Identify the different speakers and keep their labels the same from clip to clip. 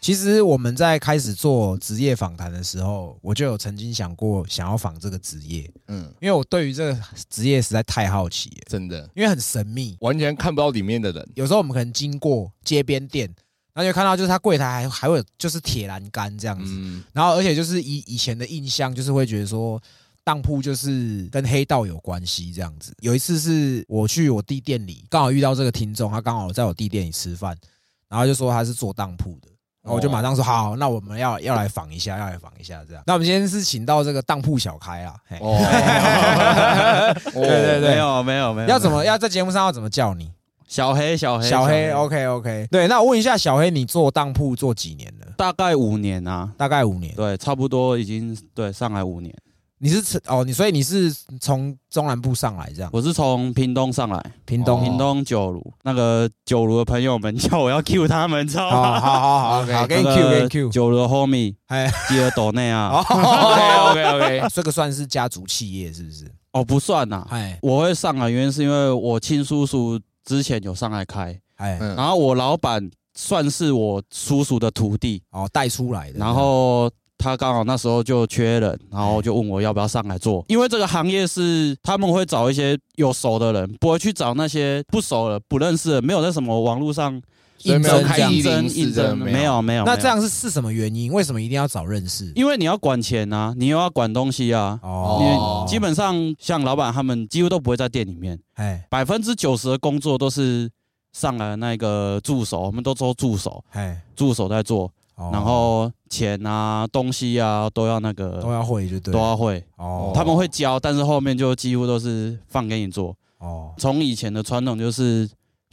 Speaker 1: 其实我们在开始做职业访谈的时候，我就有曾经想过想要访这个职业，
Speaker 2: 嗯，
Speaker 1: 因为我对于这个职业实在太好奇了，
Speaker 2: 真的
Speaker 1: 因为很神秘。
Speaker 2: 完全看不到里面的人，
Speaker 1: 有时候我们可能经过街边店，然后就看到就是他柜台还还会有就是铁栏杆这样子，
Speaker 2: 嗯，
Speaker 1: 然后而且就是以以前的印象，就是会觉得说当铺就是跟黑道有关系这样子。有一次是我去我弟店里，刚好遇到这个听众，他刚好在我弟店里吃饭，然后就说他是做当铺的。然后我就马上说好，那我们要要来访一下，要来访一下这样。那我们今天是请到这个当铺小开啊，嘿
Speaker 2: 哦，
Speaker 1: 对对
Speaker 3: 没
Speaker 1: 对，
Speaker 3: 有没有没有，
Speaker 1: 要怎
Speaker 3: 没
Speaker 1: 么
Speaker 3: 有
Speaker 1: 要在节目上要怎么叫你？
Speaker 3: 小黑哎小黑哦
Speaker 1: 小黑，OK OK。对，那我问一下小黑，你做当铺做几年了？
Speaker 3: 大概五年啊，
Speaker 1: 大概五年。
Speaker 3: 对，差不多已经对上来五年。
Speaker 1: 你是从哦，你所以你是从中南部上来这样，
Speaker 3: 我是从屏东上来，
Speaker 1: 屏东。
Speaker 2: 哦
Speaker 3: 屏东九如那个九如的朋友们叫我要 Q 他们，知道
Speaker 1: 好好
Speaker 3: 吗？
Speaker 1: 好好好，给你 Q 给你 Q。
Speaker 3: 九如的 homie
Speaker 1: 哎，
Speaker 3: 吉尔斗内啊，
Speaker 1: 哦
Speaker 2: OK OK，
Speaker 1: 这个算是家族企业是不是？
Speaker 3: 哦不算呐，
Speaker 1: 哎
Speaker 3: 我会上来原因是因为我亲叔叔之前有上来开，
Speaker 1: 哎，
Speaker 2: 嗯
Speaker 3: 然后我老板算是我叔叔的徒弟，
Speaker 1: 哦，带出来的。
Speaker 3: 然后他刚好那时候就缺人，然后就问我要不要上来做，因为这个行业是他们会找一些有熟的人，不会去找那些不熟的、不认识的，没有在什么网络上
Speaker 2: 所以没
Speaker 1: 应
Speaker 2: 有
Speaker 1: 征
Speaker 2: 开
Speaker 1: 这样
Speaker 3: 应
Speaker 2: 一
Speaker 3: 征
Speaker 2: 零
Speaker 3: 应
Speaker 2: 四
Speaker 3: 征，
Speaker 2: 的，
Speaker 3: 没。有没有。
Speaker 1: 那
Speaker 3: 没有
Speaker 1: 这，样是是什么原因？为什么一定要找认识？
Speaker 3: 因为你要管钱啊，你又要管东西啊。因
Speaker 1: 哦
Speaker 3: 为，基本上像老板他们几乎都不会在店里面，
Speaker 1: 哎
Speaker 3: 百分之九十的工作都是上来那个助手，我们都抽助手，
Speaker 1: 哎，
Speaker 3: 助手在做，
Speaker 1: 哦
Speaker 3: 然后钱啊、东西啊都要那个
Speaker 1: 都要会就对
Speaker 3: 都
Speaker 1: 了。
Speaker 3: 要会。
Speaker 1: 哦，
Speaker 3: 他们会教，但是后面就几乎都是放给你做。
Speaker 1: 哦
Speaker 3: 从以前的传统就是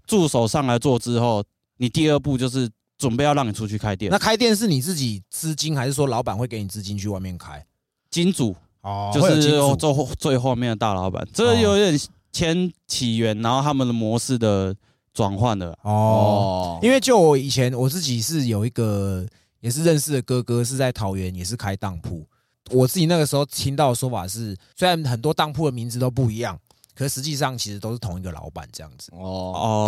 Speaker 3: 助手上来做之后，你第二步就是准备要让你出去开店。
Speaker 1: 那开店是你自己资金，还是说老板会给你资金去外面开？
Speaker 3: 金主
Speaker 1: 哦
Speaker 3: 就
Speaker 1: 会有
Speaker 3: 是
Speaker 1: 金主哦
Speaker 3: 最后最后面的大老板，这个有点先起源，然后他们的模式的转换了。
Speaker 1: 哦，
Speaker 2: 哦，
Speaker 1: 因为就我以前我自己是有一个也是认识的哥哥，是在桃园也是开当铺。我自己那个时候听到的说法是，虽然很多当铺的名字都不一样，可实际上其实都是同一个老板这样子。
Speaker 2: 哦，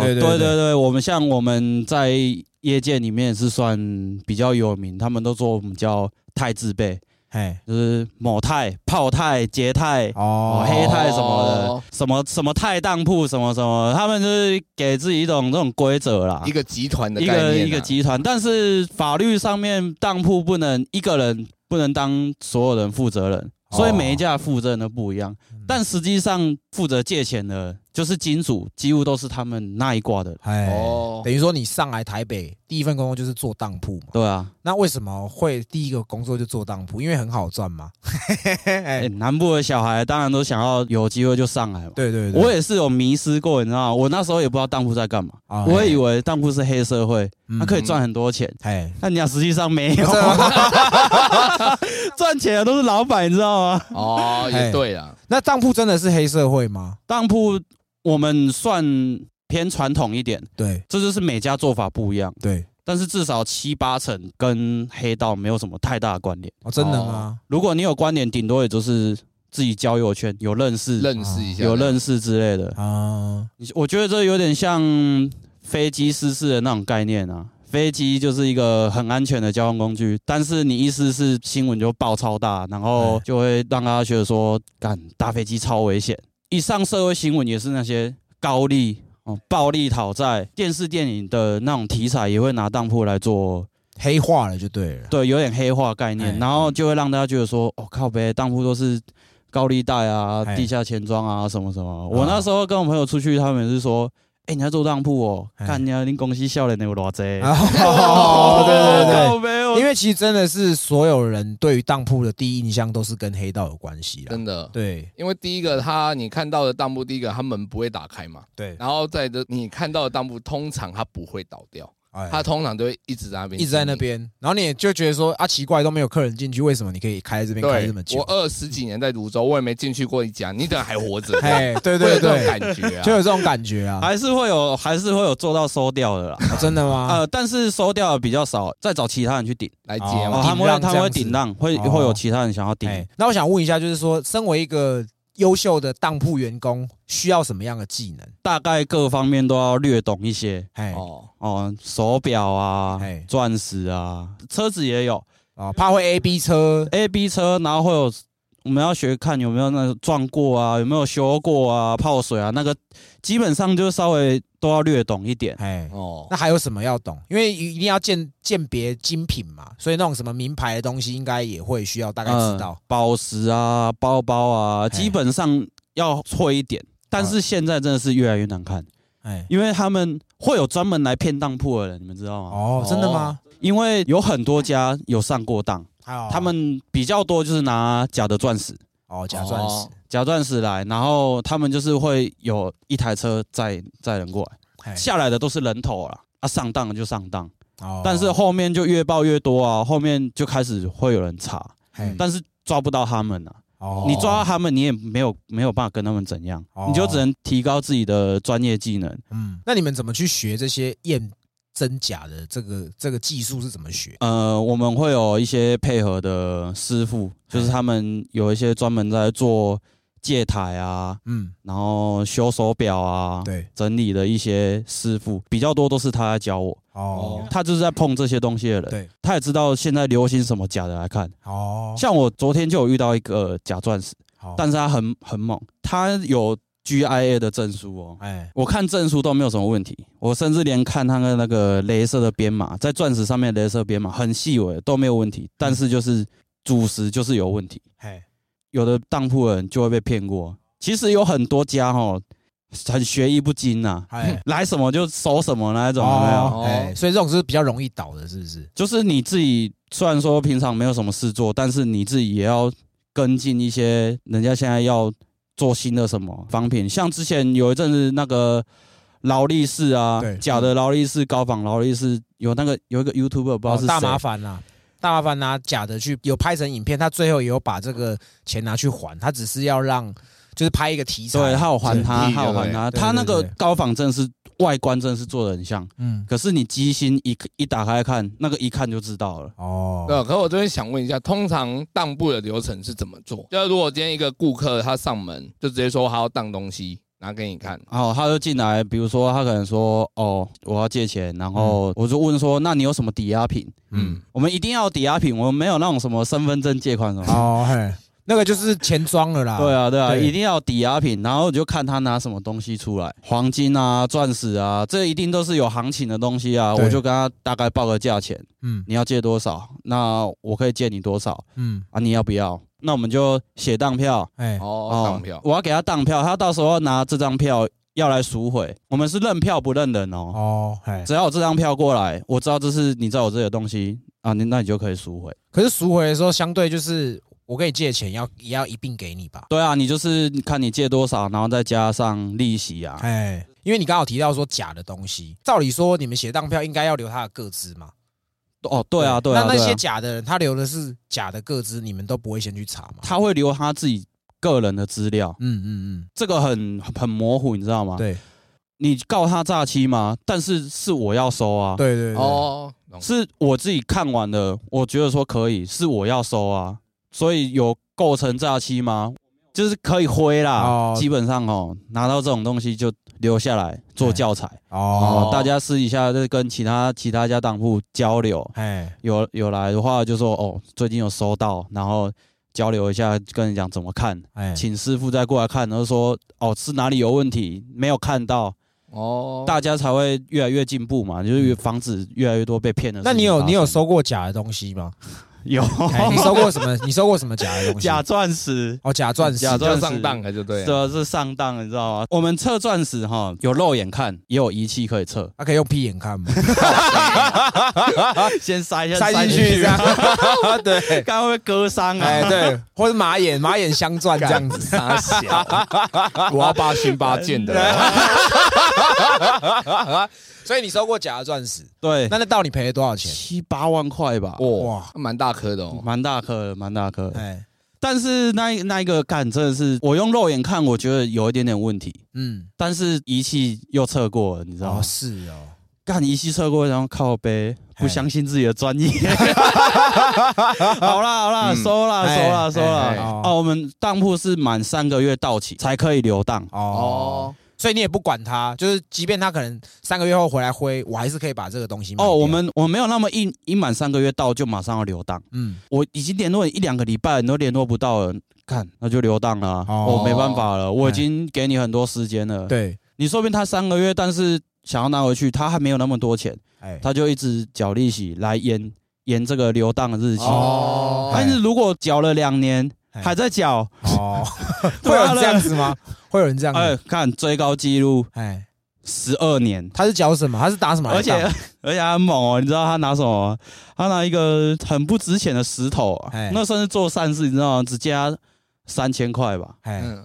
Speaker 3: 哦，
Speaker 1: 对对对
Speaker 3: 对对对，我们像我们在业界里面是算比较有名，他们都说我们叫太字辈，
Speaker 1: 嘿，
Speaker 3: 就是某太、炮太、捷太，
Speaker 1: 哦
Speaker 3: 哦，，黑太什么的，
Speaker 2: 哦
Speaker 3: 什么什么太当铺什么什么，他们就是给自己一种这种规则啦，
Speaker 2: 一个集团的
Speaker 3: 一
Speaker 2: 概念啊
Speaker 3: 个一个集团，但是法律上面当铺不能一个人不能当所有人负责人，
Speaker 1: 哦
Speaker 3: 所以每一家负责人都不一样，但实际上负责借钱的就是金主，几乎都是他们那一挂的人，
Speaker 1: 哎，
Speaker 2: 哦
Speaker 1: 等于说你上来台北第一份工作就是做当铺嘛？
Speaker 3: 对啊，
Speaker 1: 那为什么会第一个工作就做当铺？因为很好赚嘛。
Speaker 3: 哎，南部的小孩当然都想要有机会就上来嘛。
Speaker 1: 对对对，
Speaker 3: 我也是有迷失过，你知道吗？我那时候也不知道当铺在干嘛，
Speaker 1: 啊嗯
Speaker 3: 我也以为当铺是黑社会，他可以赚很多钱，
Speaker 1: 哎，
Speaker 3: 但你讲实际上没有
Speaker 1: 嘿这，
Speaker 3: 赚钱的都是老板，你知道吗？
Speaker 2: 哦，
Speaker 1: 哎
Speaker 2: 也对啦，
Speaker 1: 那当铺真的是黑社会吗？
Speaker 3: 当铺我们算偏传统一点，
Speaker 1: 对
Speaker 3: 这就是每家做法不一样，
Speaker 1: 对，
Speaker 3: 但是至少七八成跟黑道没有什么太大的关联。
Speaker 1: 哦，真的吗？
Speaker 3: 如果你有关联，顶多也就是自己交友圈有认识、
Speaker 2: 认识一下，
Speaker 3: 有认识之类的。
Speaker 1: 啊，
Speaker 3: 你我觉得这有点像飞机失事的那种概念啊。飞机就是一个很安全的交通工具，但是你意思是新闻就爆超大，然后
Speaker 1: 嗯
Speaker 3: 就会让大家觉得说，干搭飞机超危险。一上社会新闻也是那些高利、哦暴力讨债，电视电影的那种题材也会拿当铺来做，
Speaker 1: 黑化了就对了。
Speaker 3: 对，有点黑化概念，
Speaker 1: 哎
Speaker 3: 然后就会让大家觉得说，哦靠呗，当铺都是高利贷啊、
Speaker 1: 哎
Speaker 3: 地下钱庄啊什么什么。
Speaker 1: 啊
Speaker 3: 我那时候跟我朋友出去，他们也是说，哎，你要做当铺哦，
Speaker 1: 哎
Speaker 3: 看你要拎公司笑脸的有多贼。
Speaker 1: 哦，对
Speaker 3: 对
Speaker 1: 对对，因为其实真的是所有人对于当铺的第一印象都是跟黑道有关系啦。
Speaker 2: 真的。
Speaker 1: 对
Speaker 2: 因为第一个，他你看到的当铺，第一个他门不会打开嘛，
Speaker 1: 对，
Speaker 2: 然后再的你看到的当铺，通常它不会倒掉，
Speaker 1: 哎
Speaker 2: 它通常都会一直在那边，
Speaker 1: 一直在那。边，然后你也就觉得说啊，奇怪，都没有客人进去，为什么你可以开这边开
Speaker 2: 对
Speaker 1: 这么，久
Speaker 2: 我？二十几年在泸州，我也没进去过一家，你怎么还活着？
Speaker 1: 哎，对
Speaker 2: 会有
Speaker 1: 对
Speaker 2: 这种
Speaker 1: 对，
Speaker 2: 感觉啊，
Speaker 1: 就有这种感觉啊，
Speaker 3: 还是会有，还是会有做到收掉的啦。
Speaker 1: 哦真的吗？
Speaker 3: 呃，但是收掉的比较少，再找其他人去顶。
Speaker 2: 来接
Speaker 1: 哦
Speaker 3: 哦，
Speaker 2: 嘛。
Speaker 3: 他们
Speaker 1: 顶让
Speaker 3: 会他们
Speaker 1: 这样
Speaker 3: 会
Speaker 1: 子
Speaker 3: 顶让，会
Speaker 1: 哦
Speaker 3: 会有其他人想要顶。
Speaker 1: 哎，那我想问一下，就是说，身为一个优秀的当铺员工需要什么样的技能？
Speaker 3: 大概各方面都要略懂一些
Speaker 1: 哎
Speaker 2: 哦，
Speaker 3: 哦，手表啊
Speaker 1: 嘿、
Speaker 3: 钻石啊，车子也有
Speaker 1: 啊，怕会 A B 车
Speaker 3: A、B 车，然后会有我们要学看有没有那个撞过啊，有没有修过啊，泡水啊，那个基本上就稍微都要略懂一点。
Speaker 1: 哎。
Speaker 2: 哦，
Speaker 1: 那还有什么要懂？因为一定要鉴鉴别精品嘛，所以那种什么名牌的东西，应该也会需要大概
Speaker 3: 嗯
Speaker 1: 知道。
Speaker 3: 宝石啊、包包啊，
Speaker 1: 嘿
Speaker 3: 基本上要会一点。但
Speaker 1: 嗯
Speaker 3: 是现在真的是越来越难看，
Speaker 1: 哎，
Speaker 3: 因为他们会有专门来骗当铺的人，你们知道吗？
Speaker 1: 哦，真的吗？
Speaker 3: 因为有很多家有上过当，
Speaker 1: 哦
Speaker 3: 他们比较多就是拿假的钻石，
Speaker 1: 哦，假钻石
Speaker 2: 哦，
Speaker 3: 假钻石来，然后他们就是会有一台车载载人过来，
Speaker 1: 哎
Speaker 3: 下来的都是人头啦，啊，上当就上当，
Speaker 1: 哦
Speaker 3: 但是后面就越爆越多啊，后面就开始会有人查，
Speaker 1: 哎
Speaker 3: 但是抓不到他们啊，
Speaker 1: 哦
Speaker 3: 你抓到他们，你也没有没有办法跟他们怎样
Speaker 1: 哦，
Speaker 3: 你就只能提高自己的专业技能。
Speaker 1: 嗯，那你们怎么去学这些验真假的这个这个技术是怎么学？
Speaker 3: 呃，我们会有一些配合的师傅，
Speaker 1: 哎
Speaker 3: 就是他们有一些专门在做戒台啊，
Speaker 1: 嗯，
Speaker 3: 然后修手表啊，
Speaker 1: 对，
Speaker 3: 整理的一些师傅比较多，都是他在教我。
Speaker 1: 哦
Speaker 2: 哦
Speaker 3: 他就是在碰这些东西的人，
Speaker 1: 对，
Speaker 3: 他也知道现在流行什么假的来看。
Speaker 1: 哦，
Speaker 3: 像我昨天就有遇到一个假钻石，
Speaker 1: 好
Speaker 3: 但是他很很猛，他有 GIA 的证书哦。
Speaker 1: 哎
Speaker 3: 我看证书都没有什么问题，我甚至连看他的那个镭射的编码，在钻石上面的镭射编码很细微都没有问题，但是就是主食就是有问题，
Speaker 1: 哎
Speaker 3: 有的当铺人就会被骗过。其实有很多家哦，很学艺不精呐、
Speaker 1: 哎，
Speaker 3: 来什么就收什么那一种，有没有？
Speaker 1: 哦哎，所以这种是比较容易倒的，是不是？
Speaker 3: 就是你自己虽然说平常没有什么事做，但是你自己也要跟进一些人家现在要做新的什么仿品，像之前有一阵子那个劳力士啊
Speaker 1: 对，
Speaker 3: 假的劳力士、高仿劳力士，有那个有一个 YouTuber 不知道是
Speaker 1: 哦
Speaker 3: 谁，
Speaker 1: 大麻烦啦，大麻烦拿假的去有拍成影片，他最后也有把这个钱拿去还，他只是要让就是拍一个题材，
Speaker 3: 对，他有还他，
Speaker 2: 整体
Speaker 3: 他有还他，
Speaker 1: 对对对
Speaker 3: 他那个
Speaker 1: 对对
Speaker 3: 高仿真的是外观真的是做的很像，
Speaker 1: 嗯，
Speaker 3: 可是你机芯一一打开看，那个一看就知道了。
Speaker 1: 哦，
Speaker 3: 啊
Speaker 2: 对，啊可我这边想问一下，通常当铺的流程是怎么做？就是如果今天一个顾客他上门，就直接说他要当东西，拿给你看。
Speaker 3: 哦，他就进来，比如说他可能说，哦，我要借钱，然
Speaker 1: 嗯
Speaker 3: 后我就问说，那你有什么抵押品？
Speaker 2: 嗯，
Speaker 3: 我们一定要有抵押品，我们没有那种什么身份证借款什么。
Speaker 1: 哦嘿，那个就是钱庄了啦，
Speaker 3: 嗯对啊，对啊，
Speaker 1: 对
Speaker 3: 一定要有抵押品，然后我就看他拿什么东西出来，黄金啊、钻石啊，这一定都是有行情的东西啊。
Speaker 1: 对
Speaker 3: 我就跟他大概报个价钱，
Speaker 1: 嗯
Speaker 3: 你要借多少？那我可以借你多少
Speaker 1: 嗯，
Speaker 3: 啊？你要不要？那我们就写当票
Speaker 1: 哎，
Speaker 2: 哦，当票。
Speaker 3: 我要给他当票，他到时候拿这张票要来赎回，我们是认票不认人哦
Speaker 1: 哦嘿，
Speaker 3: 只要有这张票过来，我知道这是你在我这里的东西啊，你那你就可以赎回。
Speaker 1: 可是赎回的时候，相对就是我跟你借钱要也要一并给你吧？
Speaker 3: 对啊，你就是看你借多少，然后再加上利息啊。
Speaker 1: 哎，因为你刚好提到说假的东西，照理说你们写当票应该要留他的个资嘛？
Speaker 3: 哦，对啊，对啊，
Speaker 1: 那那
Speaker 3: 对啊
Speaker 1: 些假的人，他留的是假的个资，你们都不会先去查嘛？
Speaker 3: 他会留他自己个人的资料，
Speaker 1: 嗯嗯
Speaker 3: 这个很很模糊，你知道
Speaker 1: 嗯，？
Speaker 3: 吗
Speaker 1: 对
Speaker 3: 你告他诈欺吗？但是是我要收啊，
Speaker 1: 对对对，
Speaker 2: 哦，懂
Speaker 3: 是我自己看完了，我觉得说可以，是我要收啊，所以有构成诈欺吗？就是可以挥啦，
Speaker 1: 哦
Speaker 3: 基本上哦，拿到这种东西就留下来做教材。
Speaker 1: 哦
Speaker 3: 哦，大家私底下再跟其他其他家当铺交流，
Speaker 1: 哎
Speaker 3: 有有来的话就说哦，最近有收到，然后交流一下，跟人讲怎么看，
Speaker 1: 哎，
Speaker 3: 请师傅再过来看，然后说哦是哪里有问题，没有看到，
Speaker 2: 哦，
Speaker 3: 大家才会越来越进步嘛，就是防止越来越多被骗的
Speaker 1: 嗯
Speaker 3: 事情
Speaker 1: 那
Speaker 3: 发生。
Speaker 1: 你有你有收过假的东西 吗？
Speaker 3: 有
Speaker 1: 哎你收过什么？你收过什么假的东西？
Speaker 3: 假 钻石？
Speaker 1: 哦，假钻石，，
Speaker 3: 假钻
Speaker 2: 就
Speaker 3: 石
Speaker 2: 上当了，就对了。
Speaker 3: 这是上当的，你知道吗？我们测钻石哈，有肉眼看，也有仪器可以测
Speaker 1: 啊
Speaker 3: 啊
Speaker 1: 他可以用屁眼看 吗？
Speaker 3: 先塞一下
Speaker 1: 塞进去这样，
Speaker 3: 啊
Speaker 1: 对，
Speaker 3: 刚刚会割伤啊。
Speaker 1: 哎对，或者马眼马眼镶钻这样子。
Speaker 2: 傻小，我要八星八剑的。
Speaker 1: 所以你收过假的钻石，
Speaker 3: 对，
Speaker 1: 那那到底赔了多少钱？
Speaker 3: 七八万块吧，
Speaker 2: 哦哇，蛮大颗的哦。
Speaker 3: 蛮大颗的，蛮大颗的。
Speaker 1: 哎，
Speaker 3: 但是那一那一个干真的是，我用肉眼看，我觉得有一点点问题，
Speaker 1: 嗯，
Speaker 3: 但是仪器又测过了，你知道
Speaker 1: 哦
Speaker 3: 吗？
Speaker 1: 是哦，
Speaker 3: 干一系测过，然后靠背，不相信自己的专业。 好啦好啦，
Speaker 2: 嗯
Speaker 3: 收啦
Speaker 1: 哎
Speaker 3: 收啦
Speaker 1: 哎
Speaker 3: 收啦
Speaker 2: 哎。
Speaker 3: 哦，我们当铺是满三个月到期才可以留档。
Speaker 1: 哦，，所以你也不管他，就是即便他可能三个月后回来挥，我还是可以把这个东西卖
Speaker 3: 哦，
Speaker 1: 掉
Speaker 3: 我们我们没有那么一一满三个月到就马上要留档，
Speaker 1: 嗯
Speaker 3: 我已经联络你一两个礼拜，你都联络不到了，看那就留档了啊。
Speaker 1: 哦
Speaker 3: 我没办法了，我已经给你很多时间了。，
Speaker 1: 对，
Speaker 3: 你说不定他三个月，但是想要拿回去，他还没有那么多钱，
Speaker 1: 哎，
Speaker 3: 他就一直缴利息来延延这个留档的日期。
Speaker 1: 哦
Speaker 3: 但是如果缴了两年
Speaker 1: 哎
Speaker 3: 还在缴，
Speaker 1: 哦，会有人这样子吗？会有人这样
Speaker 3: 哎
Speaker 1: 子？，
Speaker 3: 看最高纪录
Speaker 1: 哎，
Speaker 3: 十二年，
Speaker 1: 他是缴什么？他是打什么来
Speaker 3: 而且
Speaker 1: 当？
Speaker 3: 而且他很猛哦，你知道他拿什么吗？他拿一个很不值钱的石头啊
Speaker 1: 哎，
Speaker 3: 那算是做善事，你知道吗？只加三千块吧，
Speaker 1: 哎，
Speaker 2: 嗯，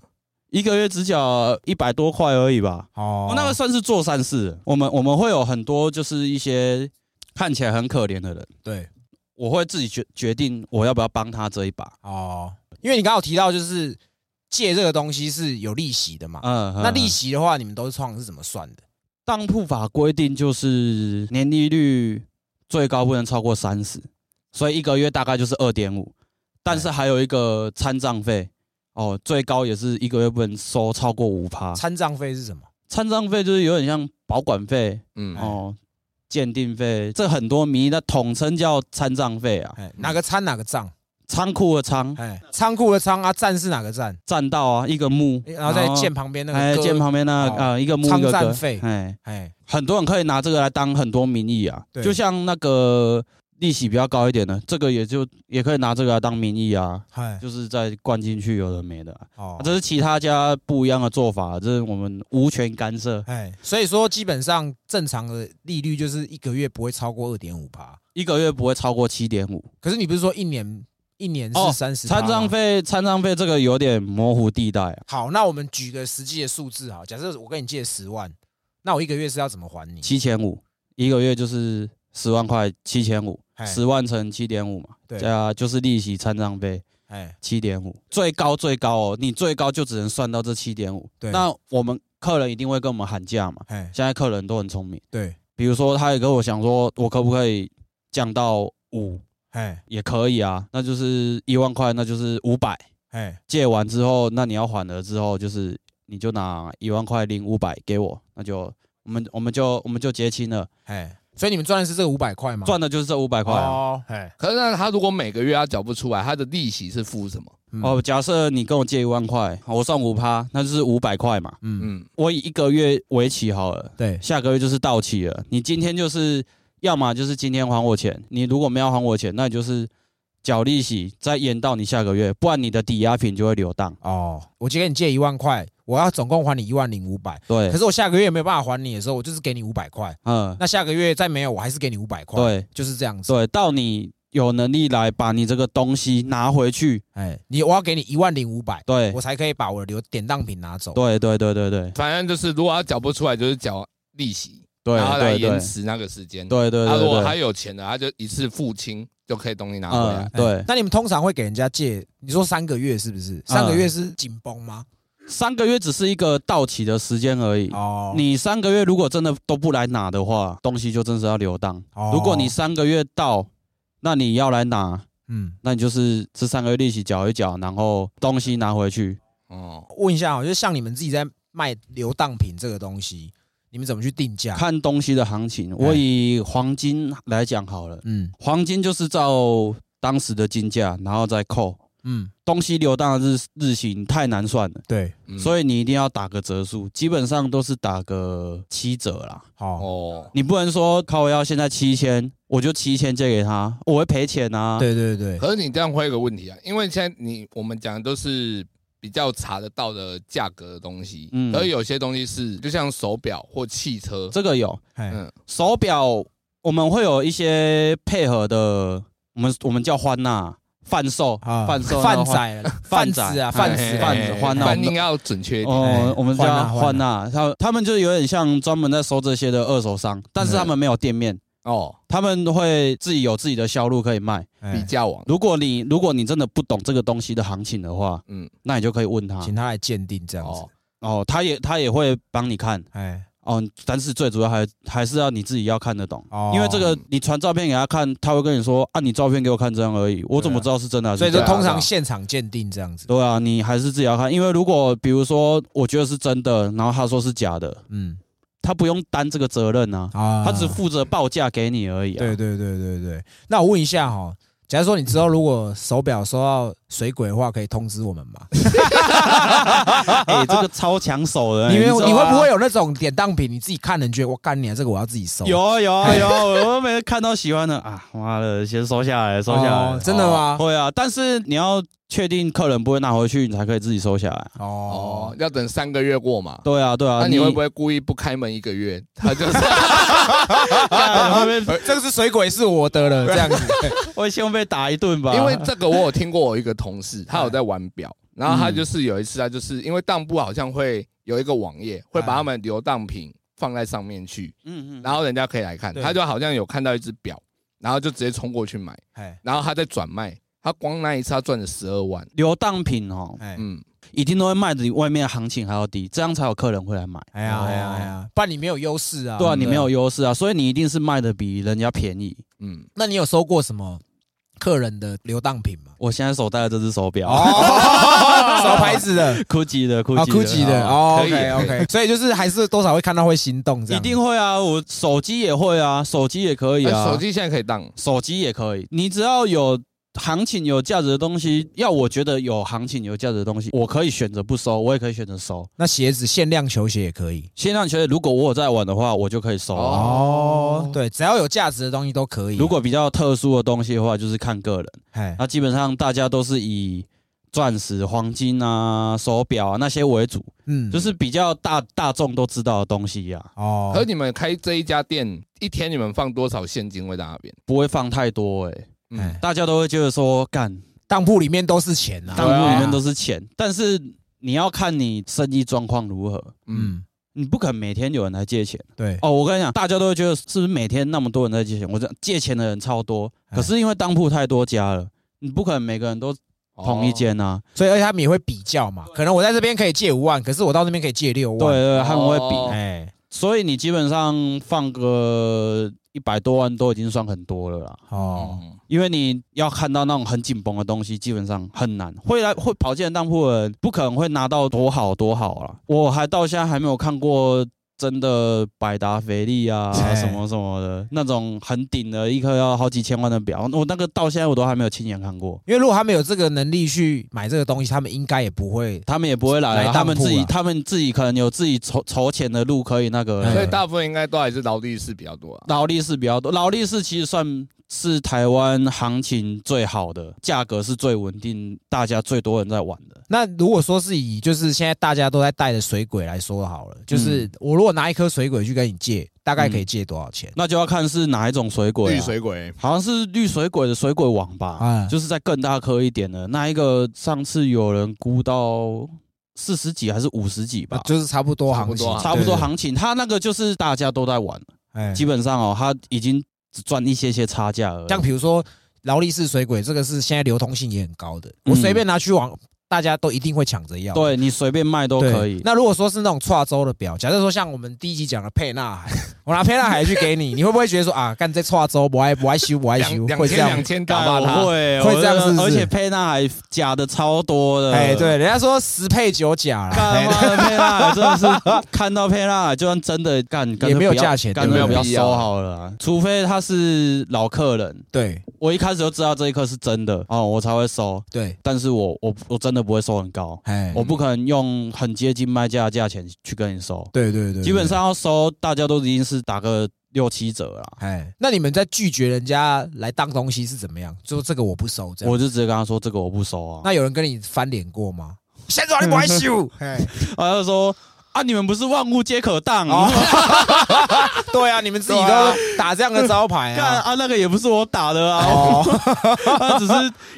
Speaker 3: 一个月只缴一百多块而已吧。
Speaker 1: 哦
Speaker 3: 哦，那个算是做善事。我们我们会有很多就是一些看起来很可怜的人，
Speaker 1: 对
Speaker 3: 我会自己决决定我要不要帮他这一把。
Speaker 1: 哦，因为你刚好提到就是借这个东西是有利息的嘛，
Speaker 3: 嗯，
Speaker 1: 那
Speaker 3: 嗯
Speaker 1: 利
Speaker 3: 嗯
Speaker 1: 息的话，你们都是创是怎么算的？
Speaker 3: 当铺法规定就是年利率最高不能超过三十，所以一个月大概就是二点五，但是还有一个参账费哦，最高也是一个月不能收超过五趴。
Speaker 1: 参账费是什么？
Speaker 3: 参账费就是有点像保管费
Speaker 2: 嗯，
Speaker 3: 哦，鉴定费，这很多名义，那统称叫参账费啊。
Speaker 1: 哎，哪个参哪个账？
Speaker 3: 仓库的仓
Speaker 1: 哎，仓库的仓啊，站是哪个站？
Speaker 3: 占道啊，一个木，
Speaker 1: 哎然后在建旁边那
Speaker 3: 哎
Speaker 1: 个
Speaker 3: 建
Speaker 1: 建
Speaker 3: 旁边那
Speaker 1: 哦
Speaker 3: 啊一个木一
Speaker 1: 仓
Speaker 3: 个
Speaker 1: 占
Speaker 3: 格
Speaker 1: 费
Speaker 3: 哎。
Speaker 1: 哎，
Speaker 3: 很多人可以拿这个来当很多名义啊，
Speaker 1: 对
Speaker 3: 就像那个利息比较高一点的，这个也就也可以拿这个来当名义啊，
Speaker 1: 嗨，
Speaker 3: 就是再灌进去有的没的啊、
Speaker 1: 哦
Speaker 3: 啊这是其他家不一样的做法，这是我们无权干涉。
Speaker 1: 哎，所以说基本上正常的利率就是一个月不会超过二点五趴，
Speaker 3: 一个月不会超过七点五，
Speaker 1: 可是你不是说一年一年
Speaker 3: 哦
Speaker 1: 是三十？
Speaker 3: 参账费参账费这个有点模糊地带啊，
Speaker 1: 好，那我们举个实际的数字哈，假设我跟你借十万，那我一个月是要怎么还你？
Speaker 3: 七千五一个月就是十万块，七千五，
Speaker 1: 哎
Speaker 3: 十万乘七点五嘛，
Speaker 1: 对
Speaker 3: 加就是利息参账费，
Speaker 1: 哎，
Speaker 3: 七点五，最高最高哦，你最高就只能算到这七点五。
Speaker 1: 对
Speaker 3: 那我们客人一定会跟我们喊价嘛。
Speaker 1: 哎，
Speaker 3: 现在客人都很聪明，
Speaker 1: 对，
Speaker 3: 比如说他也跟我想说，我可不可以降到五，
Speaker 1: 哎，
Speaker 3: 也可以啊，那就是一万块，那就是五百。
Speaker 1: 哎，
Speaker 3: 借完之后，那你要还了之后，就是你就拿一万块零五百给我，那就我们我们就我们就结清了，
Speaker 1: 哎，所以你们赚的是这五百块吗？
Speaker 3: 赚的就是这五百块啊。
Speaker 1: 哦，哎，
Speaker 2: 可是那他如果每个月他缴不出来，他的利息是付什么？
Speaker 1: 嗯
Speaker 3: 哦，，假设你跟我借一万块，哦我算五趴，那就是五百块嘛。
Speaker 1: 嗯，
Speaker 2: 嗯，
Speaker 3: 我以一个月为期好了，
Speaker 1: 对，
Speaker 3: 下个月就是到期了。你今天就是要么就是今天还我钱，你如果没有还我钱，那你就是缴利息，再延到你下个月，不然你的抵押品就会流荡。
Speaker 1: 哦，我今天跟你借一万块，我要总共还你一万零五百，
Speaker 3: 对
Speaker 1: 可，是我下个月没有办法还你的时候，我就是给你五百块，
Speaker 3: 嗯，
Speaker 1: 那下个月再没有，我还是给你五百块，，
Speaker 3: 对
Speaker 1: 就是这样子。
Speaker 3: 对，到你有能力来把你这个东西拿回去。
Speaker 1: 哎，你我要给你一万零五百，
Speaker 3: 对
Speaker 1: 我，才可以把我的留典当品拿走。
Speaker 3: 对，对，对，对，对，
Speaker 2: 反正就是如果他缴不出来，就是缴利息，
Speaker 3: 对，
Speaker 2: 然后来
Speaker 3: 对，对，
Speaker 2: 延迟那个时间。
Speaker 3: 对，对，
Speaker 2: 他
Speaker 3: 对，
Speaker 2: 如果他
Speaker 3: 对，
Speaker 2: 有钱了，他就一次付清，就可以东西拿回
Speaker 3: 嗯
Speaker 2: 来，。
Speaker 3: 对，
Speaker 1: 那你们通常会给人家借？你说三个月是不是？三个
Speaker 3: 嗯
Speaker 1: 月是紧绷吗？
Speaker 3: 三个月只是一个到期的时间而已。
Speaker 1: 哦，
Speaker 3: 你三个月如果真的都不来拿的话，东西就真是要流荡。
Speaker 1: 哦
Speaker 3: 如果你三个月到，那你要来拿，
Speaker 1: 嗯，
Speaker 3: 那你就是这三个月利息缴一缴，然后东西拿回去。
Speaker 2: 哦，
Speaker 1: 问一下哦，就是像你们自己在卖流当品这个东西，你们怎么去定价？
Speaker 3: 看东西的行情，我以黄金来讲好了，
Speaker 1: 嗯
Speaker 3: 黄金就是照当时的金价，然后再扣
Speaker 1: 嗯，
Speaker 3: 东西流荡的日日行太难算了，
Speaker 1: 对，
Speaker 2: 嗯
Speaker 3: 所以你一定要打个折数，基本上都是打个七折啦。
Speaker 1: 好，
Speaker 2: 哦，
Speaker 3: 你不能说靠我要现在七千，我就七千借给他，我会赔钱啊。
Speaker 1: 对对对，
Speaker 2: 可是你这样会有一个问题啊，因为现在你我们讲的都是比较查得到的价格的东西，
Speaker 3: 嗯
Speaker 2: 可是有些东西是就像手表或汽车，
Speaker 3: 这个有
Speaker 1: 哎
Speaker 2: 嗯
Speaker 3: 手表，我们会有一些配合的，我们我们叫欢呐贩售
Speaker 1: 啊，
Speaker 3: 贩售
Speaker 1: 贩
Speaker 3: 那个欢
Speaker 1: 仔了，贩子啊，贩
Speaker 3: 贩
Speaker 1: 子
Speaker 3: 子
Speaker 1: 贩
Speaker 3: 贩
Speaker 1: 子
Speaker 3: 子欢
Speaker 2: 哎
Speaker 3: 呐
Speaker 2: 饭应该要准确一点。
Speaker 1: 哎
Speaker 3: 哦，我们叫
Speaker 1: 欢呐
Speaker 3: 欢呐，他他们就有点像专门在收这些的二手商，但是他们没有店
Speaker 1: 嗯
Speaker 3: 面，
Speaker 2: 哦，
Speaker 3: 他们会自己有自己的销路可以卖。
Speaker 2: 比
Speaker 1: 哎，
Speaker 2: 价网，
Speaker 3: 如果你如果你真的不懂这个东西的行情的话，
Speaker 2: 嗯，
Speaker 3: 那你就可以问他
Speaker 1: 请他来鉴定这样子
Speaker 2: 哦，
Speaker 3: 哦，他也他也会帮你看
Speaker 1: 哎，
Speaker 3: 哦，但是最主要还还是要你自己要看得懂，
Speaker 1: 哦
Speaker 3: 因为这个你传照片给他看，他会跟你说啊，你照片给我看这样而已，我怎么知道是真的还是
Speaker 1: 啊所以
Speaker 3: 假
Speaker 1: 就
Speaker 3: 的？
Speaker 1: 通常现场鉴定这样子。
Speaker 3: 对啊，你还是自己要看，因为如果比如说我觉得是真的，然后他说是假的，
Speaker 1: 嗯
Speaker 3: 他不用担这个责任啊，
Speaker 1: 啊，
Speaker 3: 他只负责报价给你而已、啊。
Speaker 1: 对对对对对。那我问一下哈，假如说你之后如果手表收到水鬼的话，可以通知我们吗？
Speaker 3: 哎、这个超抢手 的、
Speaker 1: 你
Speaker 3: 知
Speaker 1: 们
Speaker 3: 道吗
Speaker 1: 你会不会有那种典当品，你自己看了你觉得我干你啊，这个我要自己收？
Speaker 3: 有啊有啊有啊， 我每次看到喜欢的啊，妈的，先收下来，收下来，
Speaker 1: 哦真的吗
Speaker 3: 哦会啊，但是你要确定客人不会拿回去，你才可以自己收下来。啊
Speaker 1: 哦
Speaker 2: 哦，，要等三个月过嘛。
Speaker 3: 对啊，对啊，
Speaker 2: 那你会不
Speaker 3: 会？
Speaker 2: 会故意不开门一个月？他就是
Speaker 3: 干会被
Speaker 1: 呃这个是水鬼是我的了，这 样子。
Speaker 3: 会先被打一顿吧？
Speaker 2: 因为这个，我有听过我一个同事，他有在玩表，然后他就是有一次，他就是因为当铺好像会有一个网页，会把他们流当品放在上面去，
Speaker 3: 嗯嗯，
Speaker 2: 然后人家可以来看。
Speaker 1: 对
Speaker 2: 他就好像有看到一只表，然后就直接冲过去买，
Speaker 1: 哎
Speaker 2: 然后他再转卖，他光那一次他赚了十二万。
Speaker 3: 流当品哦，
Speaker 1: 哎
Speaker 2: 嗯，
Speaker 3: 一定都会卖的比外面行情还要低，这样才有客人会来买。
Speaker 1: 哎呀
Speaker 2: 哦
Speaker 1: 哎呀哎呀，不然你没有优势啊。
Speaker 3: 哦对啊，
Speaker 2: 嗯
Speaker 3: 你没有优势啊，所以你一定是卖的比人家便宜。
Speaker 2: 嗯，
Speaker 1: 那你有收过什么客人的流当品吗？
Speaker 3: 我现在手戴的这只手表，
Speaker 1: 哦， 什么牌子的？
Speaker 3: ，GUCCI 的
Speaker 1: 啊
Speaker 3: ，GUCCI
Speaker 1: ，GUCCI
Speaker 3: 的
Speaker 1: 的，哦
Speaker 2: 可以
Speaker 1: ，OK OK，所以就是还是多少会看到会心动这
Speaker 3: 一
Speaker 1: 样，
Speaker 3: 定会啊，我手机也会啊，手机也可以啊，
Speaker 2: 哎手机现在可以当，
Speaker 3: 手机也可以，你只要有行情有价值的东西，要我觉得有行情有价值的东西，我可以选择不收，我也可以选择收。那
Speaker 1: 那鞋子限量球鞋也可以
Speaker 3: 限量球鞋，如果我有在玩的话，我就可以收啊。
Speaker 2: 哦
Speaker 1: 对，只要有价值的东西都可以。
Speaker 3: 如果比啊较特殊的东西的话，就是看个人。
Speaker 1: 哎
Speaker 3: 那基本上大家都是以钻石、黄金啊、手表啊那些为主，
Speaker 1: 嗯
Speaker 3: 就是比较大大众都知道的东西啊呀、
Speaker 1: 哦
Speaker 2: 可是你们开这一家店一天，你们放多少现金会在那边？
Speaker 3: 不会放太多哎、
Speaker 2: 嗯
Speaker 1: 哎，
Speaker 3: 大家都会觉得说干，
Speaker 1: 当铺里面都是钱啊呐，
Speaker 3: 当铺里面都
Speaker 1: 是
Speaker 3: 是钱，但是你要看你生意状况如何。
Speaker 2: 嗯，
Speaker 1: 嗯，
Speaker 3: 你不可能每天有人来借钱
Speaker 1: 对，
Speaker 3: 哦！我跟你讲，大家都会觉得是不是每天那么多人在借钱？我这借钱的人超多，
Speaker 1: 哎
Speaker 3: 可是因为当铺太多家了，你不可能每个人都同一
Speaker 2: 件。
Speaker 3: 间啊。
Speaker 1: 所以而且他们也会比较嘛，可能我在这边可以借五万，可是我到那边可以借六
Speaker 3: 对
Speaker 1: 万，
Speaker 3: 对，他们会比
Speaker 2: 哦
Speaker 1: 哎，
Speaker 3: 所以你基本上放个一百多万都已经算很多了啦，
Speaker 1: 哦，
Speaker 2: 哦，
Speaker 3: 因为你要看到那种很紧绷的东西，基本上很难。会来会跑进来当铺的人，不可能会拿到多好多好啦。我还到现在还没有看过真的百达翡丽啊
Speaker 1: 哎
Speaker 3: 什么什么的那种很顶的，一颗要好几千万的表，我那个到现在我都还没有亲眼看过。
Speaker 1: 因为如果他们有这个能力去买这个东西，他们应该也不会
Speaker 3: 他们也不会来啊，
Speaker 1: 来当
Speaker 3: 他们自
Speaker 1: 铺
Speaker 3: 己
Speaker 1: 啊
Speaker 3: 他们自己可能有自己筹筹钱的路可以那个了，
Speaker 1: 哎
Speaker 2: 所以大部分应该都还是劳力士比较多啊。
Speaker 3: 劳力士比较多，劳力士其实算是台湾行情最好的，价格是最稳定，大家最多人在玩的。
Speaker 1: 那如果说是以就是现在大家都在带的水鬼来说好了，
Speaker 3: 嗯
Speaker 1: 就是我如果拿一颗水鬼去跟你借，大概可以借多少钱？
Speaker 3: 那就要看是哪一种水鬼、啊
Speaker 2: 绿，水鬼，
Speaker 3: 好像是绿水鬼的水鬼网吧，
Speaker 1: 哎
Speaker 3: 就是在更大颗一点的那一个，上次有人估到四十几还是五十几吧
Speaker 1: 啊，。就是差不多行情，
Speaker 3: 嗯差不多
Speaker 1: 对，
Speaker 3: 行情，他那个就是大家都在玩，
Speaker 1: 哎，
Speaker 3: 基本上哦，他已经只赚一些些差价而已。
Speaker 1: 像比如说劳力士水鬼，这个是现在流通性也很高的，我
Speaker 3: 嗯
Speaker 1: 随便拿去网，大家都一定会抢着要。
Speaker 3: 对你随便卖都
Speaker 1: 对。
Speaker 3: 可以。
Speaker 1: 那如果说是那种跨州的表，假设说像我们第一集讲的沛纳海，我拿沛纳海去给你，你会不会觉得说啊，干这跨州不爱不爱修不爱修
Speaker 2: 两，两
Speaker 1: 会这
Speaker 2: 千
Speaker 1: 样
Speaker 2: 两？千打
Speaker 3: 干
Speaker 2: 发
Speaker 3: 我
Speaker 2: 他，
Speaker 3: 会
Speaker 1: 会
Speaker 3: 我
Speaker 1: 这样
Speaker 3: 真的
Speaker 1: 是不是
Speaker 3: 而且佩纳还假的超多的，
Speaker 1: 哎，对，人家说十配九假啦，
Speaker 3: 干
Speaker 1: 哎
Speaker 3: 妈的佩纳真的是看到佩纳，就算真的干，干脆
Speaker 1: 也没有
Speaker 3: 不要
Speaker 1: 价钱
Speaker 3: 干
Speaker 1: 对
Speaker 3: 脆
Speaker 1: 不
Speaker 3: 不
Speaker 1: 对
Speaker 3: 要收好了啊，除非他是老客人，
Speaker 1: 对
Speaker 3: 我一开始就知道这一颗是真的哦，我才会收，
Speaker 1: 对，
Speaker 3: 但是我我我真的不会收很高，
Speaker 1: 哎，
Speaker 3: 我不可能用很接近卖价的价钱去跟你收，
Speaker 1: 对对对对，
Speaker 3: 基本上要收，大家都已经是打个六七折啦。
Speaker 1: 哎，那你们在拒绝人家来当东西是怎么样？就说这个我不收，这样。
Speaker 3: 我就直接跟他说这个我不收啊，
Speaker 1: 那有人跟你翻脸过吗？先说你不爱修，哎，
Speaker 3: 然后他就说啊你们不是万物皆可当，
Speaker 1: 哦，对啊，你们自己
Speaker 2: 对啊
Speaker 1: 都打这样的招牌
Speaker 3: 干
Speaker 1: 啊。
Speaker 3: 啊，那个也不是我打的啊，
Speaker 1: 哦，
Speaker 3: 它只是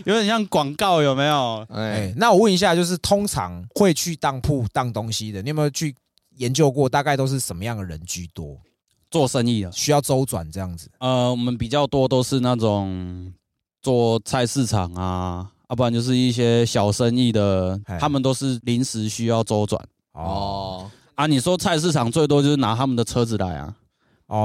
Speaker 3: 有点像广告，有没有？
Speaker 2: 哎
Speaker 1: 哎，，那我问一下，就是通常会去当铺当东西的，你有没有去研究过？大概都是什么样的人居多，
Speaker 3: 做生意的，
Speaker 1: 需要周转这样子？
Speaker 3: 呃，我们比较多都是那种做菜市场啊，要、不然就是一些小生意的
Speaker 1: 哎，
Speaker 3: 他们都是临时需要周转。
Speaker 1: 哦，
Speaker 2: 哦，
Speaker 3: 啊，你说菜市场最多就是拿他们的车子来啊，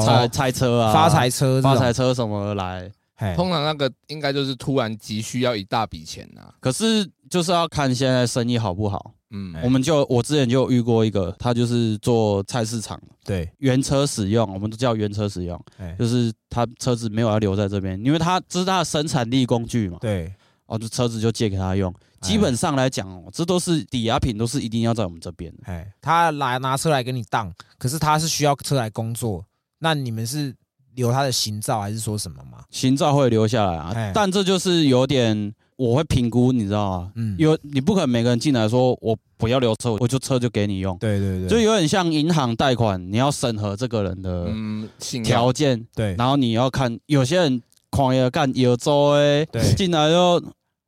Speaker 3: 拆
Speaker 1: 哦，
Speaker 3: 拆车啊，
Speaker 1: 发财车这种，
Speaker 3: 发财车什么来。
Speaker 1: 嘿，
Speaker 2: 通常那个应该就是突然急需要一大笔钱呐、
Speaker 3: 可是就是要看现在生意好不好。
Speaker 2: 嗯，
Speaker 1: 哎
Speaker 3: 我们就我之前就有遇过一个，他就是做菜市场
Speaker 1: 对，
Speaker 3: 原车使用，我们都叫原车使用，
Speaker 1: 哎，
Speaker 3: 就是他车子没有要留在这边，因为他这是他的生产力工具嘛。
Speaker 1: 对，哎
Speaker 3: 哦，就车子就借给他用。基本上来讲哦，这都是抵押品，都是一定要在我们这边的。
Speaker 1: 哎，他来拿车来给你当，可是他是需要车来工作，那你们是留他的行照还是说什么吗？
Speaker 3: 行照会留下来
Speaker 1: 哎
Speaker 3: 啊，但这就是有点我会评估，你知道吗？
Speaker 1: 嗯，
Speaker 3: 有你不可能每个人进来说我不要留车，我就车就给你用，
Speaker 1: 对对对，
Speaker 3: 就有点像银行贷款，你要审核这个人的
Speaker 2: 嗯，信条
Speaker 3: 条件，
Speaker 1: 对
Speaker 3: 然后你要看有些人狂野干有周哎
Speaker 1: 对，
Speaker 3: 进来就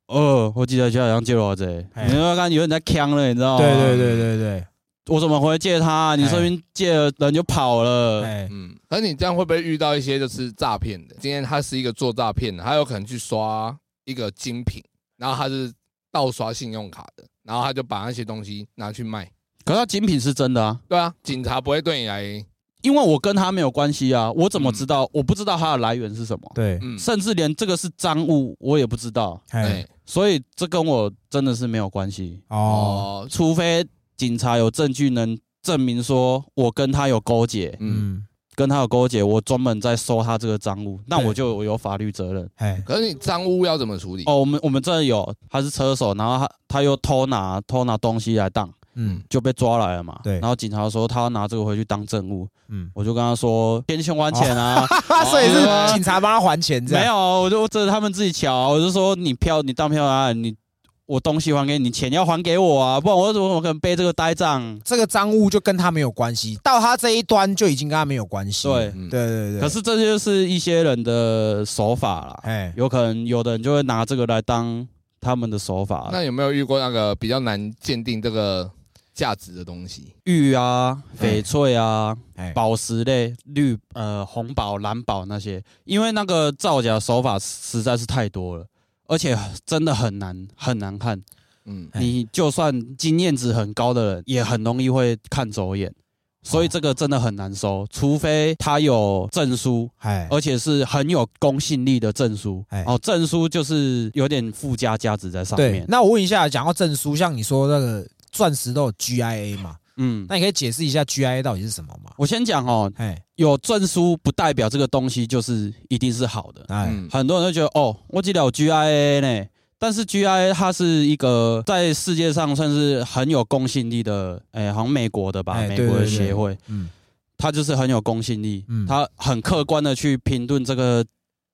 Speaker 3: 呃，我记得就好像借了我这，
Speaker 1: 哎
Speaker 3: 你要看有人在呛了，你知道吗？
Speaker 1: 对对对对对，
Speaker 3: 我怎么回借他、你这边借了人就跑了，
Speaker 1: 哎，
Speaker 2: 嗯，而你这样会不会遇到一些就是诈骗的？今天他是一个做诈骗的，他有可能去刷一个精品，然后他是盗刷信用卡的，然后他就把那些东西拿去卖。
Speaker 3: 可是他精品是真的啊，
Speaker 2: 对啊，警察不会对你来，
Speaker 3: 因为我跟他没有关系啊，我怎么知道？我不知道他的来源是什么，
Speaker 1: 嗯对，
Speaker 2: 嗯，
Speaker 3: 甚至连这个是赃物我也不知道，
Speaker 1: 哎，，
Speaker 3: 所以这跟我真的是没有关系，
Speaker 1: 哦，
Speaker 2: 哦，
Speaker 3: 除非警察有证据能证明说我跟他有勾结，
Speaker 2: 嗯，
Speaker 1: 嗯，
Speaker 3: 跟他有勾结，我专门在收他这个赃物，那
Speaker 1: 对
Speaker 3: 我就有法律责任。
Speaker 1: 哎，
Speaker 2: 可是你赃物要怎么处理？
Speaker 3: 哦，我们我们这有他是车手，然后他他又偷拿偷拿东西来当。
Speaker 1: 嗯
Speaker 3: 就被抓来了嘛。
Speaker 1: 对
Speaker 3: 然后警察说他要拿这个回去当证物，
Speaker 1: 嗯，
Speaker 3: 我就跟他说先先还钱啊，
Speaker 1: 他所以
Speaker 3: 哦
Speaker 1: 是警察帮他还钱， 这
Speaker 3: 没
Speaker 1: 样，
Speaker 3: 有，我就这是他们自己瞧啊，我就说你票你当票啊，你我东西还给你，你钱要还给我啊，不然我怎么可能背这个呆账？
Speaker 1: 这个赃物就跟他没有关系，到他这一端就已经跟他没有关系了，
Speaker 3: 对
Speaker 2: 嗯
Speaker 1: 对对对，
Speaker 3: 可是这就是一些人的手法啦，
Speaker 1: 哎，
Speaker 3: 有可能有的人就会拿这个来当他们的手法，
Speaker 2: 那有没有遇过那个比较难鉴定这个价值的东西？
Speaker 3: 玉啊、
Speaker 1: 哎
Speaker 3: 翡翠啊、
Speaker 1: 哎，
Speaker 3: 宝石类、绿呃红宝、蓝宝那些，因为那个造假手法实在是太多了，而且真的很难很难看。
Speaker 2: 嗯，
Speaker 1: 哎
Speaker 3: 你就算经验值很高的人，也很容易会看走眼，所以这个真的很难收，除非他有证书。
Speaker 1: 哎，
Speaker 3: 而且是很有公信力的证书
Speaker 1: 哎
Speaker 3: 哦，证书就是有点附加价值在上
Speaker 1: 对
Speaker 3: 面，。
Speaker 1: 那我问一下，讲到证书，像你说那个钻石都有 GIA 嘛？
Speaker 3: 嗯，
Speaker 1: 那你可以解释一下 GIA 到底是什么吗？
Speaker 3: 我先讲哦，
Speaker 1: 哎
Speaker 3: 有证书不代表这个东西就是一定是好的，
Speaker 1: 哎
Speaker 2: 嗯
Speaker 3: 很多人都觉得哦，我记得有 GIA 呢，但是 GIA 它是一个在世界上算是很有公信力的，哎、好像美国的吧，
Speaker 1: 哎
Speaker 3: 美
Speaker 1: 对
Speaker 3: 国的
Speaker 1: 对对
Speaker 3: 协会，
Speaker 1: 嗯
Speaker 3: 它就是很有公信力，
Speaker 1: 嗯
Speaker 3: 它很客观的去评论这个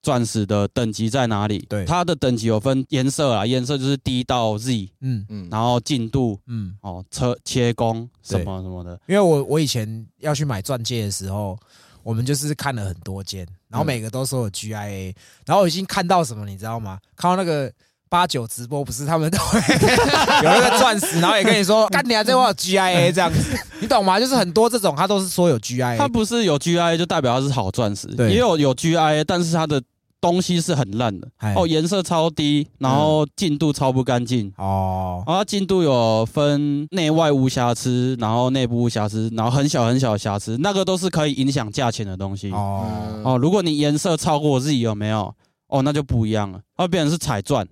Speaker 3: 钻石的等级在哪里。
Speaker 1: 对
Speaker 3: 它的等级有分颜色啊，颜色就是 D 到 Z，
Speaker 1: 嗯
Speaker 2: 嗯，
Speaker 3: 然后进度
Speaker 1: 嗯，
Speaker 3: 哦，车切工什
Speaker 1: 对
Speaker 3: 么什么的，
Speaker 1: 因为我我以前要去买钻戒的时候，我们就是看了很多间，然后每个都说有 GIA，然后我已经看到什么，你知道吗？看到那个。八九直播不是他们都会 有那个钻石，然后也跟你说 干你啊，这我有 GIA 这样子，你懂吗？就是很多这种他都是说有
Speaker 3: 它
Speaker 1: GIA，
Speaker 3: 不是有 GIA 就代表它是好钻石，
Speaker 1: 哎对
Speaker 3: 也有有 GIA，但是它的东西是很烂的
Speaker 1: 哎，嗯
Speaker 3: 哦，颜色超低，然后进度超不干净。
Speaker 1: 哦，
Speaker 3: 然后它进度有分内外无瑕疵，然后内部无瑕疵，然后很小很小的瑕疵，那个都是可以影响价钱的东西。
Speaker 1: 哦，
Speaker 2: 嗯
Speaker 3: 哦，如果你颜色超过自己有没有？哦，那就不一样了，它会变成是彩钻，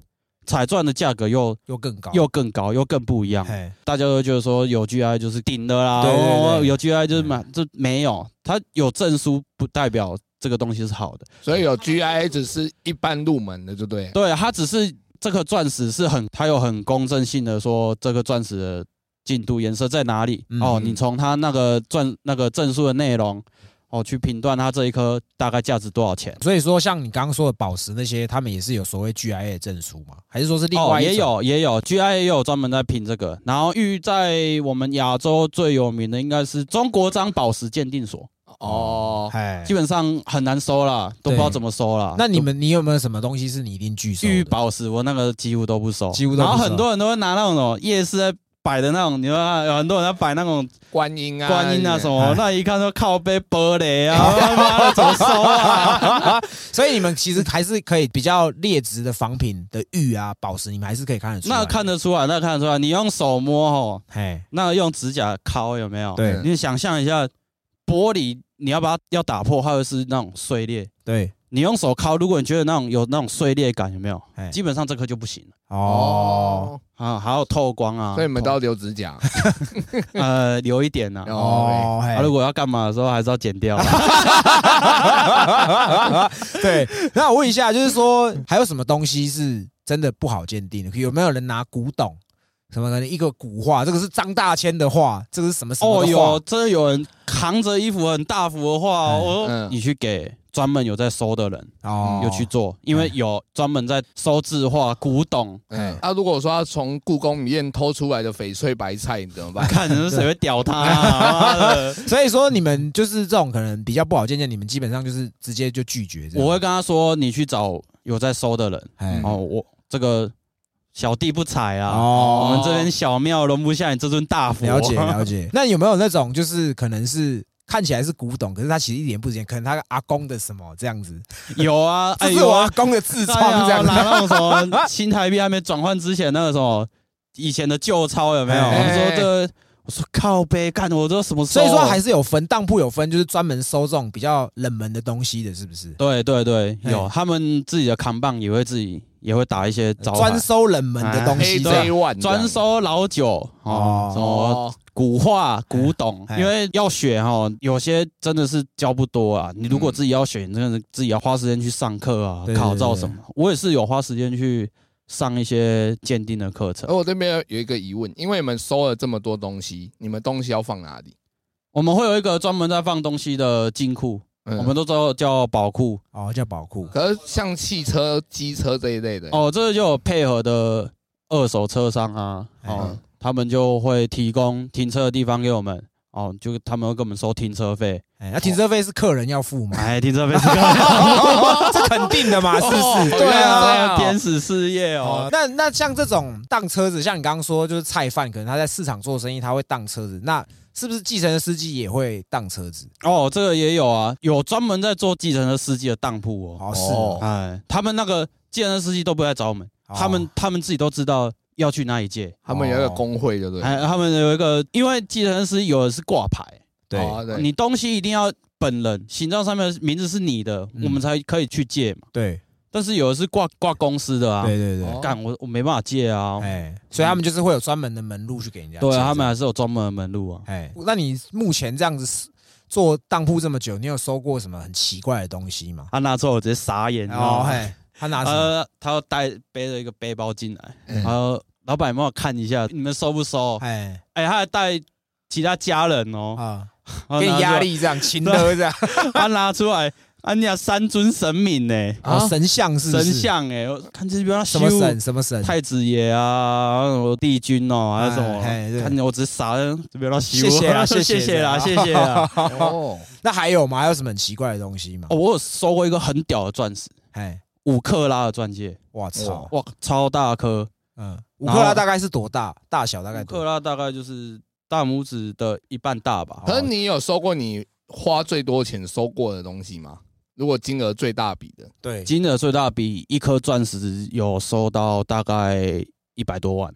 Speaker 3: 彩钻的价格又
Speaker 1: 又更高，
Speaker 3: 又更高，又更不一样。
Speaker 1: 嘿
Speaker 3: 大家都觉得说有 GI 就是顶的啦，
Speaker 1: 对对嗯对
Speaker 3: 哦有 GI 就是买，这没有，它有证书不代表这个东西是好的，
Speaker 2: 所以有 GIA 只是一般入门的，就对了。
Speaker 3: 对，它只是这颗钻石是很，它有很公正性的说这个钻石的进度、颜色在哪里，
Speaker 1: 嗯
Speaker 3: 哦，你从它那个钻那个证书的内容，哦，去评断它这一颗大概价值多少钱。
Speaker 1: 所以说，像你刚刚说的宝石那些，他们也是有所谓 GIA 的证书嘛？还是说是另
Speaker 3: 哦，
Speaker 1: 外一
Speaker 3: 也
Speaker 1: 种？
Speaker 3: 有也有，GI 也有专门在评这个。然后玉在我们亚洲最有名的应该是中国张宝石鉴定所，
Speaker 2: 哦，
Speaker 1: 哎
Speaker 3: 基，本上很难收啦，都不知道怎么收啦。
Speaker 1: 那你们你有没有什么东西是你一定拒收的？
Speaker 3: 玉宝石，我那个几乎都不收，
Speaker 1: 几乎都不收
Speaker 3: 然后很多人都会拿那种夜市在摆的那种，你说啊有很多人在摆那种
Speaker 2: 观音啊，
Speaker 3: 观音啊什么
Speaker 1: 哎，
Speaker 3: 那一看说靠背玻璃啊，他妈的怎么收啊？
Speaker 1: 所以你们其实还是可以比较劣质的仿品的玉啊、宝石，你们还是可以看 得出来。
Speaker 3: 那看，得出来，那看得出来，你用手摸吼，
Speaker 1: 嘿，
Speaker 3: 那用指甲敲有没有？
Speaker 1: 对
Speaker 3: 你想象一下，玻璃你要把它要打破，它会是那种碎裂。
Speaker 1: 对，
Speaker 3: 你用手敲，如果你觉得那种有那种碎裂感，有没有
Speaker 1: 哎？
Speaker 3: 基本上这颗就不行了
Speaker 1: 哦，。
Speaker 3: 啊，还有透光啊，
Speaker 2: 哦所以你们都要
Speaker 3: 透
Speaker 2: 留指甲，
Speaker 3: 呃留一 点呐。
Speaker 2: 哦
Speaker 1: 哦，嘿
Speaker 3: 啊，如果要干嘛的时候，还是要剪掉。啊
Speaker 1: 对，那我问一下，就是说还有什么东西是真的不好鉴定的？有没有人拿古董？什么可能一个古画，这个是张大千的画，这个是什么什么
Speaker 3: 哦，
Speaker 1: 的
Speaker 3: 有
Speaker 1: 画？
Speaker 3: 真的有人扛着衣服很大幅的画哦，
Speaker 1: 嗯
Speaker 3: 我说
Speaker 2: 嗯
Speaker 3: 你去给专门有在收的人
Speaker 1: 哦
Speaker 3: 嗯有去做，因为有专门在收字画、古董，
Speaker 2: 哎，啊，如果说他从故宫里面偷出来的翡翠白菜，你怎 么办？
Speaker 3: 看人谁会屌他 啊！妈的
Speaker 1: 所以说你们就是这种可能比较不好鉴定，你们基本上就是直接就拒绝这样。
Speaker 3: 我会跟他说，你去找有在收的人
Speaker 1: 哎
Speaker 3: 哦，我这个小弟不才啊，
Speaker 1: 哦
Speaker 3: 我们这边小庙容不下你这尊大佛。啊
Speaker 1: 了解了解。哦 那有没有那种就是可能是看起来是古董，可是它其实一点不值钱，可能他阿公的什么这样子，
Speaker 3: 有啊，哎
Speaker 1: 这是
Speaker 3: 有
Speaker 1: 我
Speaker 3: 啊
Speaker 1: 阿，公的自创
Speaker 3: 哎呀
Speaker 1: 这样子。
Speaker 3: 拿那种什么新台币还没转换之前那个什么以前的旧钞有没有？
Speaker 1: 哎
Speaker 3: 我说这，我说靠背干，我这什么时
Speaker 1: 所
Speaker 3: 候？
Speaker 1: 以说还是有分当铺有分，就是专门收这种比较冷门的东西的，是不是？
Speaker 3: 对对对，有
Speaker 1: 哎
Speaker 3: 他们自己的扛棒也会自己也会打一些招牌
Speaker 1: 专。收冷门的东西，
Speaker 3: 哎
Speaker 2: A
Speaker 1: 这样
Speaker 2: J One
Speaker 3: 专收老酒
Speaker 1: 哦
Speaker 3: 哦，什么
Speaker 2: 哦，
Speaker 3: 古画、古董，
Speaker 1: 哎
Speaker 3: 因为要学哈，有些真的是教不多啊。你如果自己要学，你真的是自己要花时间去上课啊
Speaker 1: 对，对
Speaker 3: 考照
Speaker 1: 对
Speaker 3: 什么。我也是有花时间去上一些鉴定的课程
Speaker 2: 而。我这边有一个疑问，因为你们收了这么多东西，你们东西要放哪里？
Speaker 3: 我们会有一个专门在放东西的金库，
Speaker 2: 嗯
Speaker 3: 我们都知道叫宝库。
Speaker 1: 哦，叫宝库。
Speaker 2: 可是像汽车、机车这一类的，
Speaker 3: 哦，这个就有配合的二手车商啊，哦
Speaker 2: 嗯，
Speaker 3: 他们就会提供停车的地方给我们。哦，就他们会跟我们收停车费，
Speaker 1: 哎，那停车费是客人要付吗？
Speaker 3: 哎，停车费是个
Speaker 1: 这肯定的 嘛，是不是？
Speaker 2: 哦
Speaker 1: 对啊。
Speaker 2: 这样哦
Speaker 3: 天使事业哦。
Speaker 1: 那那像这种当车子，像你刚刚说，就是菜贩，可能他在市场做生意，他会当车子。那是不是计程的司机也会当车子？
Speaker 3: 哦，这个也有啊，有专门在做计程车司机的当铺哦。
Speaker 1: 哦，是哦，
Speaker 3: 哎，他们那个计程车司机都不来找我们，
Speaker 1: 哦
Speaker 3: 他们他们自己都知道要去哪里借。
Speaker 2: 他们有一个工会，对不对？
Speaker 3: 哎，他们有一个，因为计程车司机有的是挂牌，
Speaker 1: 对
Speaker 2: 哦对，
Speaker 3: 你东西一定要本人行照上面的名字是你的，
Speaker 1: 嗯
Speaker 3: 我们才可以去借嘛。
Speaker 1: 对
Speaker 3: 但是有的是挂挂公司的啊，
Speaker 1: 对对对，
Speaker 2: 哦
Speaker 3: 干我我没办法借啊。
Speaker 1: 哎，所以他们就是会有专门的门路去给人家借这
Speaker 3: 对
Speaker 1: 样。
Speaker 3: 啊，他们还是有专门的门路啊。
Speaker 1: 哎，那你目前这样子做当铺这么久，你有收过什么很奇怪的东西吗？
Speaker 3: 他啊拿出来我直接傻眼
Speaker 1: 哦，
Speaker 3: 啊！
Speaker 1: 嘿，他拿什么？
Speaker 3: 呃，他要带背着一个背包进来，
Speaker 2: 嗯
Speaker 3: 然后老板有没有看一下你们收不收？
Speaker 1: 哎
Speaker 3: 哎，他还带其他家人哦，
Speaker 1: 啊，
Speaker 3: 他
Speaker 1: 给你
Speaker 3: 拿出来
Speaker 1: 压，力这样，情勒这样，
Speaker 3: 他拿出来，啊，你家三尊神明呢，
Speaker 1: 哦，神像是不
Speaker 3: 啊神
Speaker 1: 是，
Speaker 3: 像哎，我看这边
Speaker 1: 什么神？什么神？
Speaker 3: 太子爷啊，什么帝君哦，还有什么？
Speaker 1: 哎哎对
Speaker 3: 看你我只是傻了，不要让
Speaker 1: 谢
Speaker 3: 羞
Speaker 1: 谢啦谢
Speaker 3: 谢
Speaker 1: 谢
Speaker 3: 谢啦，
Speaker 1: 谢
Speaker 3: 谢 谢啦。
Speaker 2: 哦，
Speaker 1: 那还有吗？还有什么很奇怪的东西吗
Speaker 3: 哦，？我有收过一个很屌的钻石，
Speaker 1: 哎，
Speaker 3: 五克拉的钻戒，
Speaker 1: 我操，
Speaker 3: 哇，超大颗，
Speaker 1: 嗯，五
Speaker 3: 然
Speaker 1: 克
Speaker 3: 后
Speaker 1: 拉大概是多大？大小大概
Speaker 3: 五
Speaker 1: 多
Speaker 3: 克
Speaker 1: 大？
Speaker 3: 拉大概就是大拇指的一半大吧。
Speaker 2: 可是你有收过你花最多钱收过的东西吗？如果金额最大笔的，
Speaker 1: 对，
Speaker 3: 金额最大比一颗钻石有收到大概一百多万，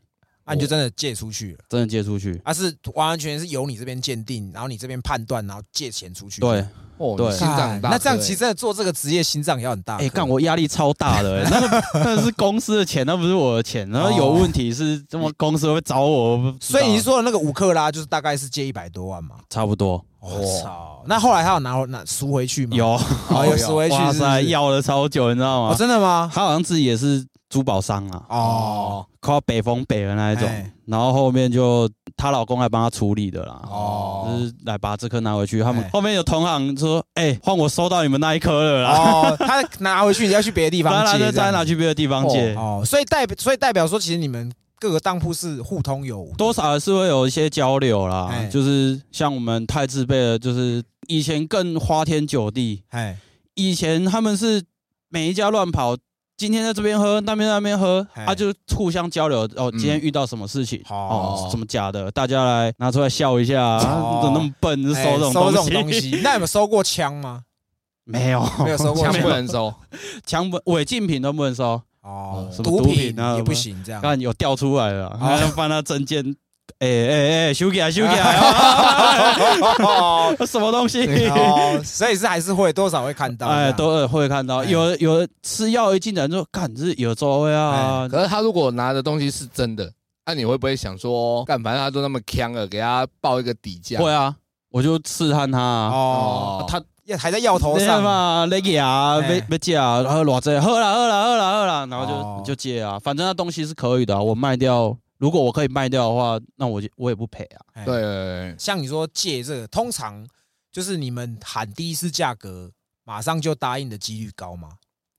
Speaker 1: 啊那你就真的借出去了。
Speaker 3: 真的借出去。
Speaker 1: 啊，是完完全全是由你这边鉴定，然后你这边判断，然后借钱出去。
Speaker 3: 对，
Speaker 2: 哦，
Speaker 3: 对
Speaker 2: 你心脏
Speaker 1: 干
Speaker 2: 很大颗欸。
Speaker 1: 哎那这样其实真的做这个职业心脏也要很大颗。
Speaker 3: 哎，干我压力超大 的、欸，那个那是公司的钱，那不是我的钱，然后有问题是这么公司会找我，我不知
Speaker 1: 哦
Speaker 3: 道
Speaker 1: 所以你说的那个五克拉，就是大概是借一百多万嘛？
Speaker 3: 差不多
Speaker 1: 我操！那后来他有拿拿赎回去吗？
Speaker 3: 有，啊
Speaker 1: 哦，有赎回去是
Speaker 3: 哇
Speaker 1: 不是
Speaker 3: 塞，要了超久，你知道
Speaker 1: 哦，
Speaker 3: 吗？
Speaker 1: 真的吗？
Speaker 3: 他好像自己也是珠宝商啊，
Speaker 1: 哦，
Speaker 3: 靠北风北的那一种
Speaker 1: 哎，
Speaker 3: 然后后面就她老公来帮她处理的啦。
Speaker 1: 哦
Speaker 3: 就是来把这颗拿回去，他们
Speaker 1: 哎
Speaker 3: 后面有同行说：“哎，换我收到你们那一颗了啦。”
Speaker 1: 哦，他拿回去你要去别的地
Speaker 3: 当
Speaker 1: 方
Speaker 3: 然
Speaker 1: 借，
Speaker 3: 就
Speaker 1: 这样子
Speaker 3: 再啊拿去别的地方借。
Speaker 1: 哦，所以代表，所以代表说，其实你们各个当铺是互通有无的
Speaker 3: 多少还是会有一些交流啦
Speaker 1: 哎，
Speaker 3: 就是像我们太自备了，就是以前更花天酒地，
Speaker 1: 哎，
Speaker 3: 以前他们是每一家乱跑，今天在这边喝，那边在那边喝，
Speaker 1: 嘿
Speaker 3: 啊，就是互相交流。哦，
Speaker 2: 嗯
Speaker 3: 今天遇到什么事情？
Speaker 1: 哦
Speaker 3: 哦，什么假的？大家来拿出来笑一下啊，
Speaker 1: 哦
Speaker 3: 怎么那么笨？就收这种
Speaker 1: 哎收这种
Speaker 3: 东
Speaker 1: 东
Speaker 3: 西？
Speaker 1: 西。那有没有收过枪吗？
Speaker 3: 没有，
Speaker 1: 没有收过
Speaker 2: 枪
Speaker 1: 没
Speaker 2: 不
Speaker 1: 有
Speaker 2: 能收，
Speaker 3: 强不违禁品都不能收，
Speaker 1: 哦
Speaker 3: 什么，
Speaker 1: 毒
Speaker 3: 毒品啊
Speaker 1: 也不行，这样。
Speaker 3: 看有掉出来
Speaker 1: 哦
Speaker 3: 了，然后翻他证件，哎哎哎，修 改修改，
Speaker 1: 哦，
Speaker 3: 什么东西？
Speaker 1: 所以是还是会多少会看到。
Speaker 3: 哎，
Speaker 1: 这样
Speaker 3: 都会看到，
Speaker 1: 哎
Speaker 3: 有有吃药一进来就看，这是有周会啊，
Speaker 2: 可是他如果拿的东西是真的，那你会不会想说，干反正他都那么呛了，给他报一个底
Speaker 1: 哎
Speaker 2: 价？
Speaker 3: 会啊，我就刺探他啊，
Speaker 1: 哦，
Speaker 2: 哦，
Speaker 3: 他
Speaker 1: 也还在药头
Speaker 3: 那个
Speaker 1: 上。
Speaker 3: 嘛，那个啊，
Speaker 1: 哎
Speaker 3: 被被借啊，然后偌济，喝啦喝啦喝啦喝啦，然后就、
Speaker 1: 哦
Speaker 3: 就借啊，反正那东西是可以的啊、我卖掉，如果我可以卖掉的话，那我就我也不赔啊。
Speaker 1: 哎
Speaker 2: 对对，对
Speaker 1: 像你说借这个，通常就是你们喊第一次价格，马上就答应的几率高吗？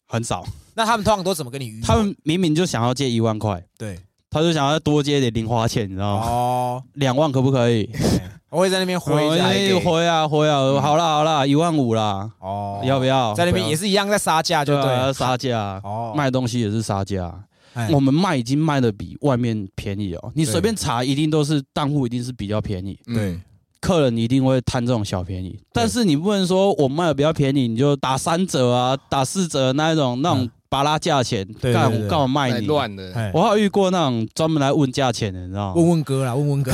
Speaker 3: 很少，
Speaker 1: 那他们通常都怎么跟你约？
Speaker 3: 他们明明就想要借一万块，
Speaker 1: 对
Speaker 3: 他就想要多借一点零花钱，你知道吗？
Speaker 1: 哦，
Speaker 3: 两、万可不可以？
Speaker 1: 哎我会在那边 回一下
Speaker 3: 哎
Speaker 1: 给嗯
Speaker 3: 回啊回啊，好啦好啦，一万五啦，
Speaker 1: 哦，
Speaker 3: 要不要？
Speaker 1: 在那边也
Speaker 3: 是
Speaker 1: 是一样在杀价，就
Speaker 3: 对啊，
Speaker 1: 对
Speaker 3: 要杀价啊、
Speaker 1: 哦，
Speaker 3: 卖东西也是杀价啊、
Speaker 1: 哎
Speaker 3: 我们卖已经卖的比外面便宜哦，你
Speaker 1: 对
Speaker 3: 随便查一定都是当户一定是比较便宜，
Speaker 2: 嗯
Speaker 1: 对
Speaker 3: 客人一定会贪这种小便宜。但是你不能说我卖的比较便宜，你就打三折啊，打四折那一种那种
Speaker 1: 嗯
Speaker 3: 拔拉价钱，
Speaker 1: 对
Speaker 3: 干
Speaker 1: 对对
Speaker 3: 我干嘛卖
Speaker 2: 太
Speaker 3: 你？
Speaker 2: 乱了，
Speaker 1: 哎
Speaker 3: 我还有遇过那种专门来问价钱的，你知道
Speaker 1: 问
Speaker 3: 吗？
Speaker 1: 问哥啦，问问哥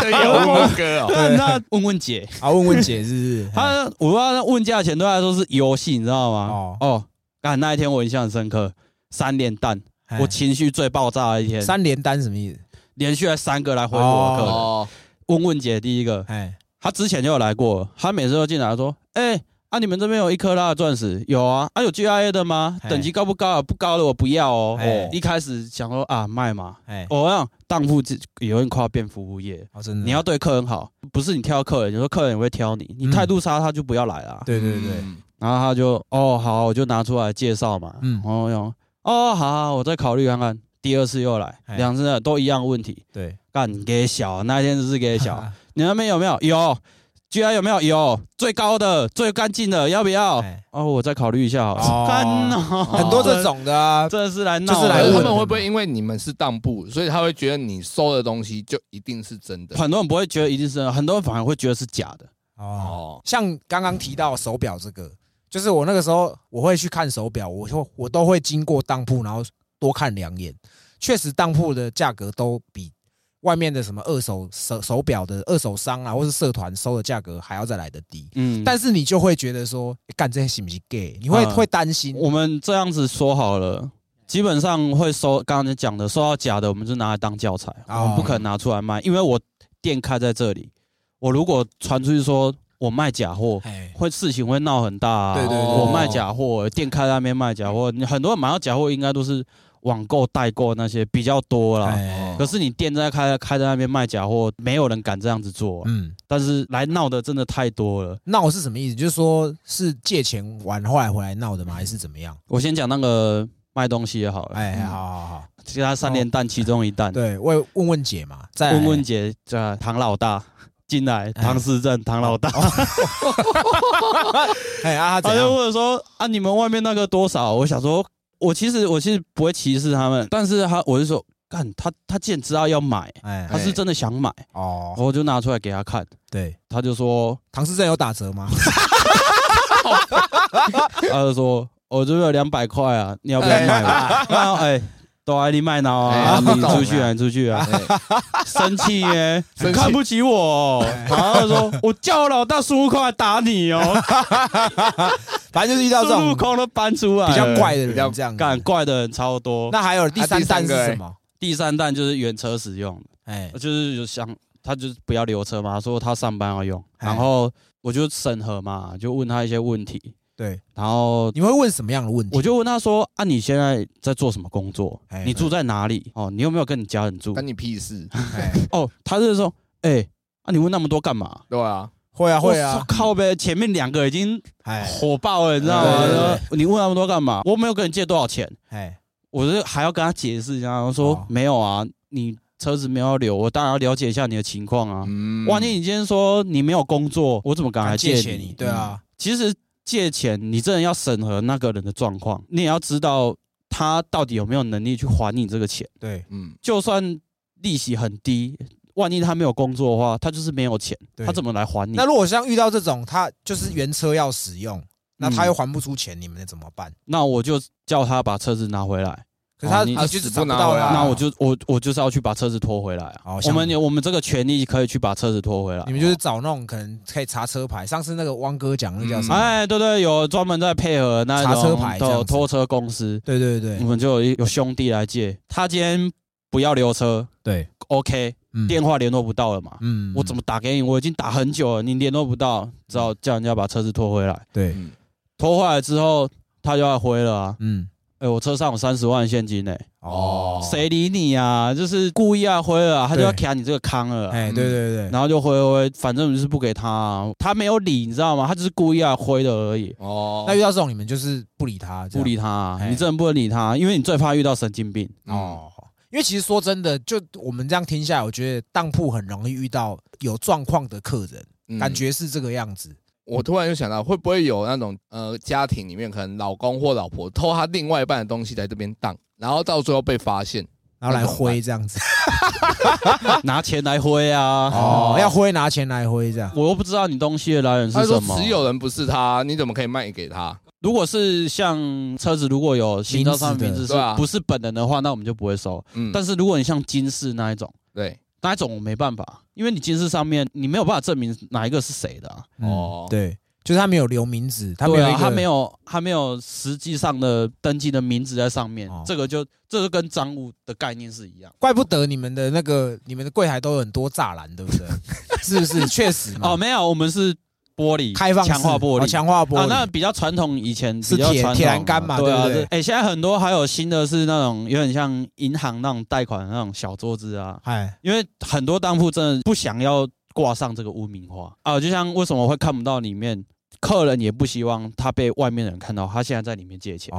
Speaker 2: 这有问哥哦，
Speaker 3: 那那问 问姐，
Speaker 1: 啊，问问姐是不是？哎
Speaker 3: 他我不知道那问价钱对他来说是游戏，你知道
Speaker 1: 哦
Speaker 3: 吗？哦，干那一天我印象很深刻，三连弹，
Speaker 1: 哎
Speaker 3: 我情绪最爆炸的一天，
Speaker 1: 三连单什么意思？
Speaker 3: 连续来三个来回我的客人。
Speaker 2: 哦，
Speaker 3: 问问姐第一个，
Speaker 1: 哎，
Speaker 3: 他之前就有来过，他每次都进来说：“哎、啊，你们这边有一克拉的钻石，有啊，啊有 GIA 的吗？
Speaker 1: 嘿
Speaker 3: 等级高不高啊？不高的我不要哦。
Speaker 1: 嘿
Speaker 3: 一开始想说啊卖嘛，
Speaker 1: 哎，
Speaker 3: 我让当铺这有点快要变服务业，
Speaker 1: 哦，真的，
Speaker 3: 你要对客人好，不是你挑客人，有时候客人也会挑你，你
Speaker 1: 嗯
Speaker 3: 态度差他就不要来啦。
Speaker 1: 对对对，
Speaker 2: 嗯，
Speaker 3: 然后他就哦好，我就拿出来介绍嘛，
Speaker 1: 嗯
Speaker 3: 嗯，然后用哦好好，我再考虑看看。第二次又来，
Speaker 1: 嘿
Speaker 3: 两次了都一样的问题，
Speaker 1: 对，
Speaker 3: 干给小，那天就是 给小。你那边有没有？有。居然有没有？有最高的、最干净的，要不要？
Speaker 1: 哎
Speaker 3: 哦，我再考虑一下好了。
Speaker 1: 哦
Speaker 3: 干哦，
Speaker 1: 很多这种的啊，
Speaker 3: 真的是来闹
Speaker 1: 就是
Speaker 3: 的，
Speaker 1: 来
Speaker 2: 可是他
Speaker 1: 问
Speaker 2: 们会不会因为你们是当铺，所以他会觉得你收的东西就一定是真的？
Speaker 3: 很多人不会觉得一定是，很多人反而会觉得是假的。
Speaker 1: 哦，
Speaker 2: 哦，
Speaker 1: 像刚刚提到手表这个，就是我那个时候我会去看手表，我就我都会经过当铺，然后多看两眼。确实，当铺的价格都比外面的什么二手手手表的二手商啊，或是社团收的价格还要再来的低。
Speaker 3: 嗯，
Speaker 1: 但是你就会觉得说，诶干这些是不是 gay？你会
Speaker 3: 嗯
Speaker 1: 会担心
Speaker 3: 我们这样子说好了，基本上会收刚刚讲的，收到假的，我们就拿来当教材，
Speaker 1: 哦
Speaker 3: 我们不可能拿出来卖，因为我店开在这里，我如果传出去说我卖假货，
Speaker 1: 哎，
Speaker 3: 会事情会闹很大、啊。
Speaker 1: 对对对
Speaker 3: 我卖假货，店开在那边卖假货，你很多人买到假货应该都是网购、代购那些比较多啦。
Speaker 1: 哎
Speaker 3: 可是你店在开开在那边卖假货，没有人敢这样子做啊、
Speaker 1: 嗯，
Speaker 3: 但是来闹的真的太多了。
Speaker 1: 闹是什么意思？就是说是借钱玩，后来回来闹的吗？还是怎么样？
Speaker 3: 我先讲那个卖东西也好了，
Speaker 1: 哎，
Speaker 2: 嗯
Speaker 1: 好好好，
Speaker 3: 其他三连弹其中一弹，
Speaker 1: 对，问问问姐嘛，再来
Speaker 3: 问问姐，这啊唐老大进来，
Speaker 1: 哎
Speaker 3: 唐市政唐老大，
Speaker 1: 哎啊，他怎
Speaker 3: 他就
Speaker 1: 样？
Speaker 3: 问说啊，你们外面那个多少？我想说，我其实我其实不会歧视他们，但是他我是说，干他他既然知道要买，
Speaker 1: 哎
Speaker 3: 他是真的想买，
Speaker 1: 哦，
Speaker 3: 我就拿出来给他看，
Speaker 1: 对，
Speaker 3: 他就说，
Speaker 1: 唐诗正有打折吗？
Speaker 3: 他就说，我这边有两百块啊，你要不要
Speaker 2: 哎
Speaker 3: 买啊？然后哎。都爱你卖脑啊！
Speaker 2: 哎他
Speaker 3: 你
Speaker 2: 懂啊
Speaker 3: 出去啊，你出去啊！
Speaker 2: 哎
Speaker 3: 生气 耶，
Speaker 2: 生气
Speaker 3: 你看不起我哦。
Speaker 1: 哎
Speaker 3: 然后他说：“我叫我老大孙悟空来打你 哦，
Speaker 1: 反正就是遇到这
Speaker 3: 孙悟
Speaker 1: 种
Speaker 3: 空都搬出来了，
Speaker 1: 比较怪的人
Speaker 2: 比较
Speaker 1: 这样子。
Speaker 3: 干怪的人超多。
Speaker 1: 那还有第三弹
Speaker 2: 啊第三
Speaker 1: 是
Speaker 2: 个
Speaker 1: 什么？
Speaker 3: 第三弹就是原车使用的，
Speaker 1: 哎
Speaker 3: 就是有想他就是不要留车嘛，他说他上班要用，
Speaker 1: 哎
Speaker 3: 然后我就审核嘛，就问他一些问题，
Speaker 1: 对，
Speaker 3: 然后
Speaker 1: 你会问什么样的问题？
Speaker 3: 我就问他说啊，你现在在做什么工作
Speaker 1: 哎？
Speaker 3: 你住在哪里？哦，你有没有跟你家人住？
Speaker 2: 关你屁事，
Speaker 1: 哎
Speaker 3: 哦，他就是说，哎，啊你问那么多干嘛？
Speaker 2: 对啊，
Speaker 1: 会啊会
Speaker 3: 我说
Speaker 1: 啊，
Speaker 3: 靠呗，前面两个已经
Speaker 1: 哎
Speaker 3: 火爆了，你知道
Speaker 2: 对对
Speaker 3: 吗
Speaker 1: 对？
Speaker 3: 说你问那么多干嘛？我没有跟你借多少钱。
Speaker 1: 哎
Speaker 3: 我是还要跟他解释一下，我说、
Speaker 1: 哦
Speaker 3: 没有啊，你车子没有留，我当然要了解一下你的情况啊。
Speaker 2: 嗯
Speaker 3: 万一你今天说你没有工作，我怎么敢来
Speaker 1: 借
Speaker 3: 你？嗯
Speaker 1: 钱你对啊，
Speaker 3: 其实借钱，你真的要审核那个人的状况，你也要知道他到底有没有能力去还你这个钱。
Speaker 1: 对
Speaker 2: 嗯，
Speaker 3: 就算利息很低，万一他没有工作的话，他就是没有钱，
Speaker 1: 对
Speaker 3: 他怎么来还你
Speaker 1: 那？如果像遇到这种，他就是原车要使用，那他
Speaker 3: 嗯
Speaker 1: 又还不出钱，你们怎么办？
Speaker 3: 那我就叫他把车子拿回来。
Speaker 1: 可是他
Speaker 3: 哦你
Speaker 1: 你就是找
Speaker 2: 他死不拿
Speaker 1: 到
Speaker 2: 回来啊
Speaker 1: 他
Speaker 3: 那我就我我就是要去把车子拖回来啊
Speaker 1: 好！
Speaker 3: 我
Speaker 1: 像
Speaker 3: 们有我们这个权利可以去把车子拖回来。
Speaker 1: 你们就是找那种可能可以查车牌。上次那个汪哥讲那叫什
Speaker 2: 嗯
Speaker 1: 么？
Speaker 3: 哎，对对，有专门在配合那
Speaker 1: 查车
Speaker 3: 种
Speaker 1: 牌这样
Speaker 3: 的
Speaker 1: 子
Speaker 3: 拖车公司，
Speaker 1: 对对
Speaker 3: 我
Speaker 1: 对
Speaker 3: 们就有一有兄弟来借。他今天不要留车
Speaker 1: 对，
Speaker 3: ，OK，
Speaker 1: 嗯
Speaker 3: 电话联络不到了嘛？
Speaker 1: 嗯
Speaker 3: 我怎么打给你？我已经打很久了，你联络不到，只好叫人家把车子拖回来。
Speaker 1: 对
Speaker 2: 嗯
Speaker 3: 拖回来之后，他就要挥了啊！
Speaker 1: 嗯
Speaker 3: 哎，我车上有三十万现金呢，
Speaker 1: 哦
Speaker 3: 谁理你啊？就是故意要挥了啊，他就要
Speaker 1: 对
Speaker 3: 卡你这个坑了啊。
Speaker 1: 哎对对对
Speaker 3: 然后就挥挥，挥，反正就是不给他啊、他没有理，你知道吗？他只是故意要挥的而已，
Speaker 2: 哦，
Speaker 1: 那遇到这种你们就是不理他，这
Speaker 3: 不
Speaker 1: 样
Speaker 3: 理他啊、
Speaker 1: 哎
Speaker 3: 你真的不能理他，因为你最怕遇到神经病。
Speaker 2: 哦，
Speaker 1: 哦。因为其实说真的，就我们这样听下来，我觉得当铺很容易遇到有状况的客人，
Speaker 2: 嗯
Speaker 1: 感觉是这个样子。
Speaker 2: 我突然就想到，会不会有那种呃家庭里面可能老公或老婆偷他另外一半的东西在这边当，然后到最后被发现，
Speaker 1: 然后来挥这样子，
Speaker 3: 拿钱来挥啊！
Speaker 1: 哦，要挥拿钱来挥这样，
Speaker 3: 我又不知道你东西的来源
Speaker 2: 他
Speaker 3: 是
Speaker 2: 说
Speaker 3: 什么。
Speaker 2: 持有人不是他，你怎么可以卖给他？
Speaker 3: 如果是像车子，如果有行照上面
Speaker 1: 名
Speaker 3: 名字
Speaker 2: 字
Speaker 3: 是
Speaker 2: 的对啊
Speaker 3: 不是本人的话，那我们就不会收。
Speaker 2: 嗯，
Speaker 3: 但是如果你像金饰那一种，
Speaker 2: 对，
Speaker 3: 那一种我没办法，因为你金饰上面你没有办法证明哪一个是谁的、啊。
Speaker 1: 哦
Speaker 2: 哦，
Speaker 1: 对，就是他没有留名字，他没
Speaker 3: 对
Speaker 1: 有一
Speaker 3: 啊，
Speaker 1: 个，
Speaker 3: 他没有他没有实际上的登记的名字在上面，
Speaker 1: 哦
Speaker 3: 这个就这就跟赃物的概念是一样。
Speaker 1: 怪不得你们的那个你们的柜台都有很多栅栏，对不 对？是不是？确实嘛
Speaker 3: 哦，，没有，我们是玻璃
Speaker 1: 嗯开放式
Speaker 3: 强化玻璃，
Speaker 1: 哦强化玻
Speaker 3: 啊，那
Speaker 1: 璃，
Speaker 3: 比较传统，以前
Speaker 1: 是
Speaker 3: 比较
Speaker 1: 铁
Speaker 3: 传统
Speaker 1: 铁栏杆嘛
Speaker 3: 对啊，
Speaker 1: 对不对
Speaker 3: 哎、现在很多还有新的是那种有点像银行那种贷款的那种小桌子啊，
Speaker 1: 哎，
Speaker 3: 因为很多当铺真的不想要挂上这个污名化啊，就像为什么会看不到里面，客人也不希望他被外面的人看到，他现在在里面借钱。
Speaker 1: 哦，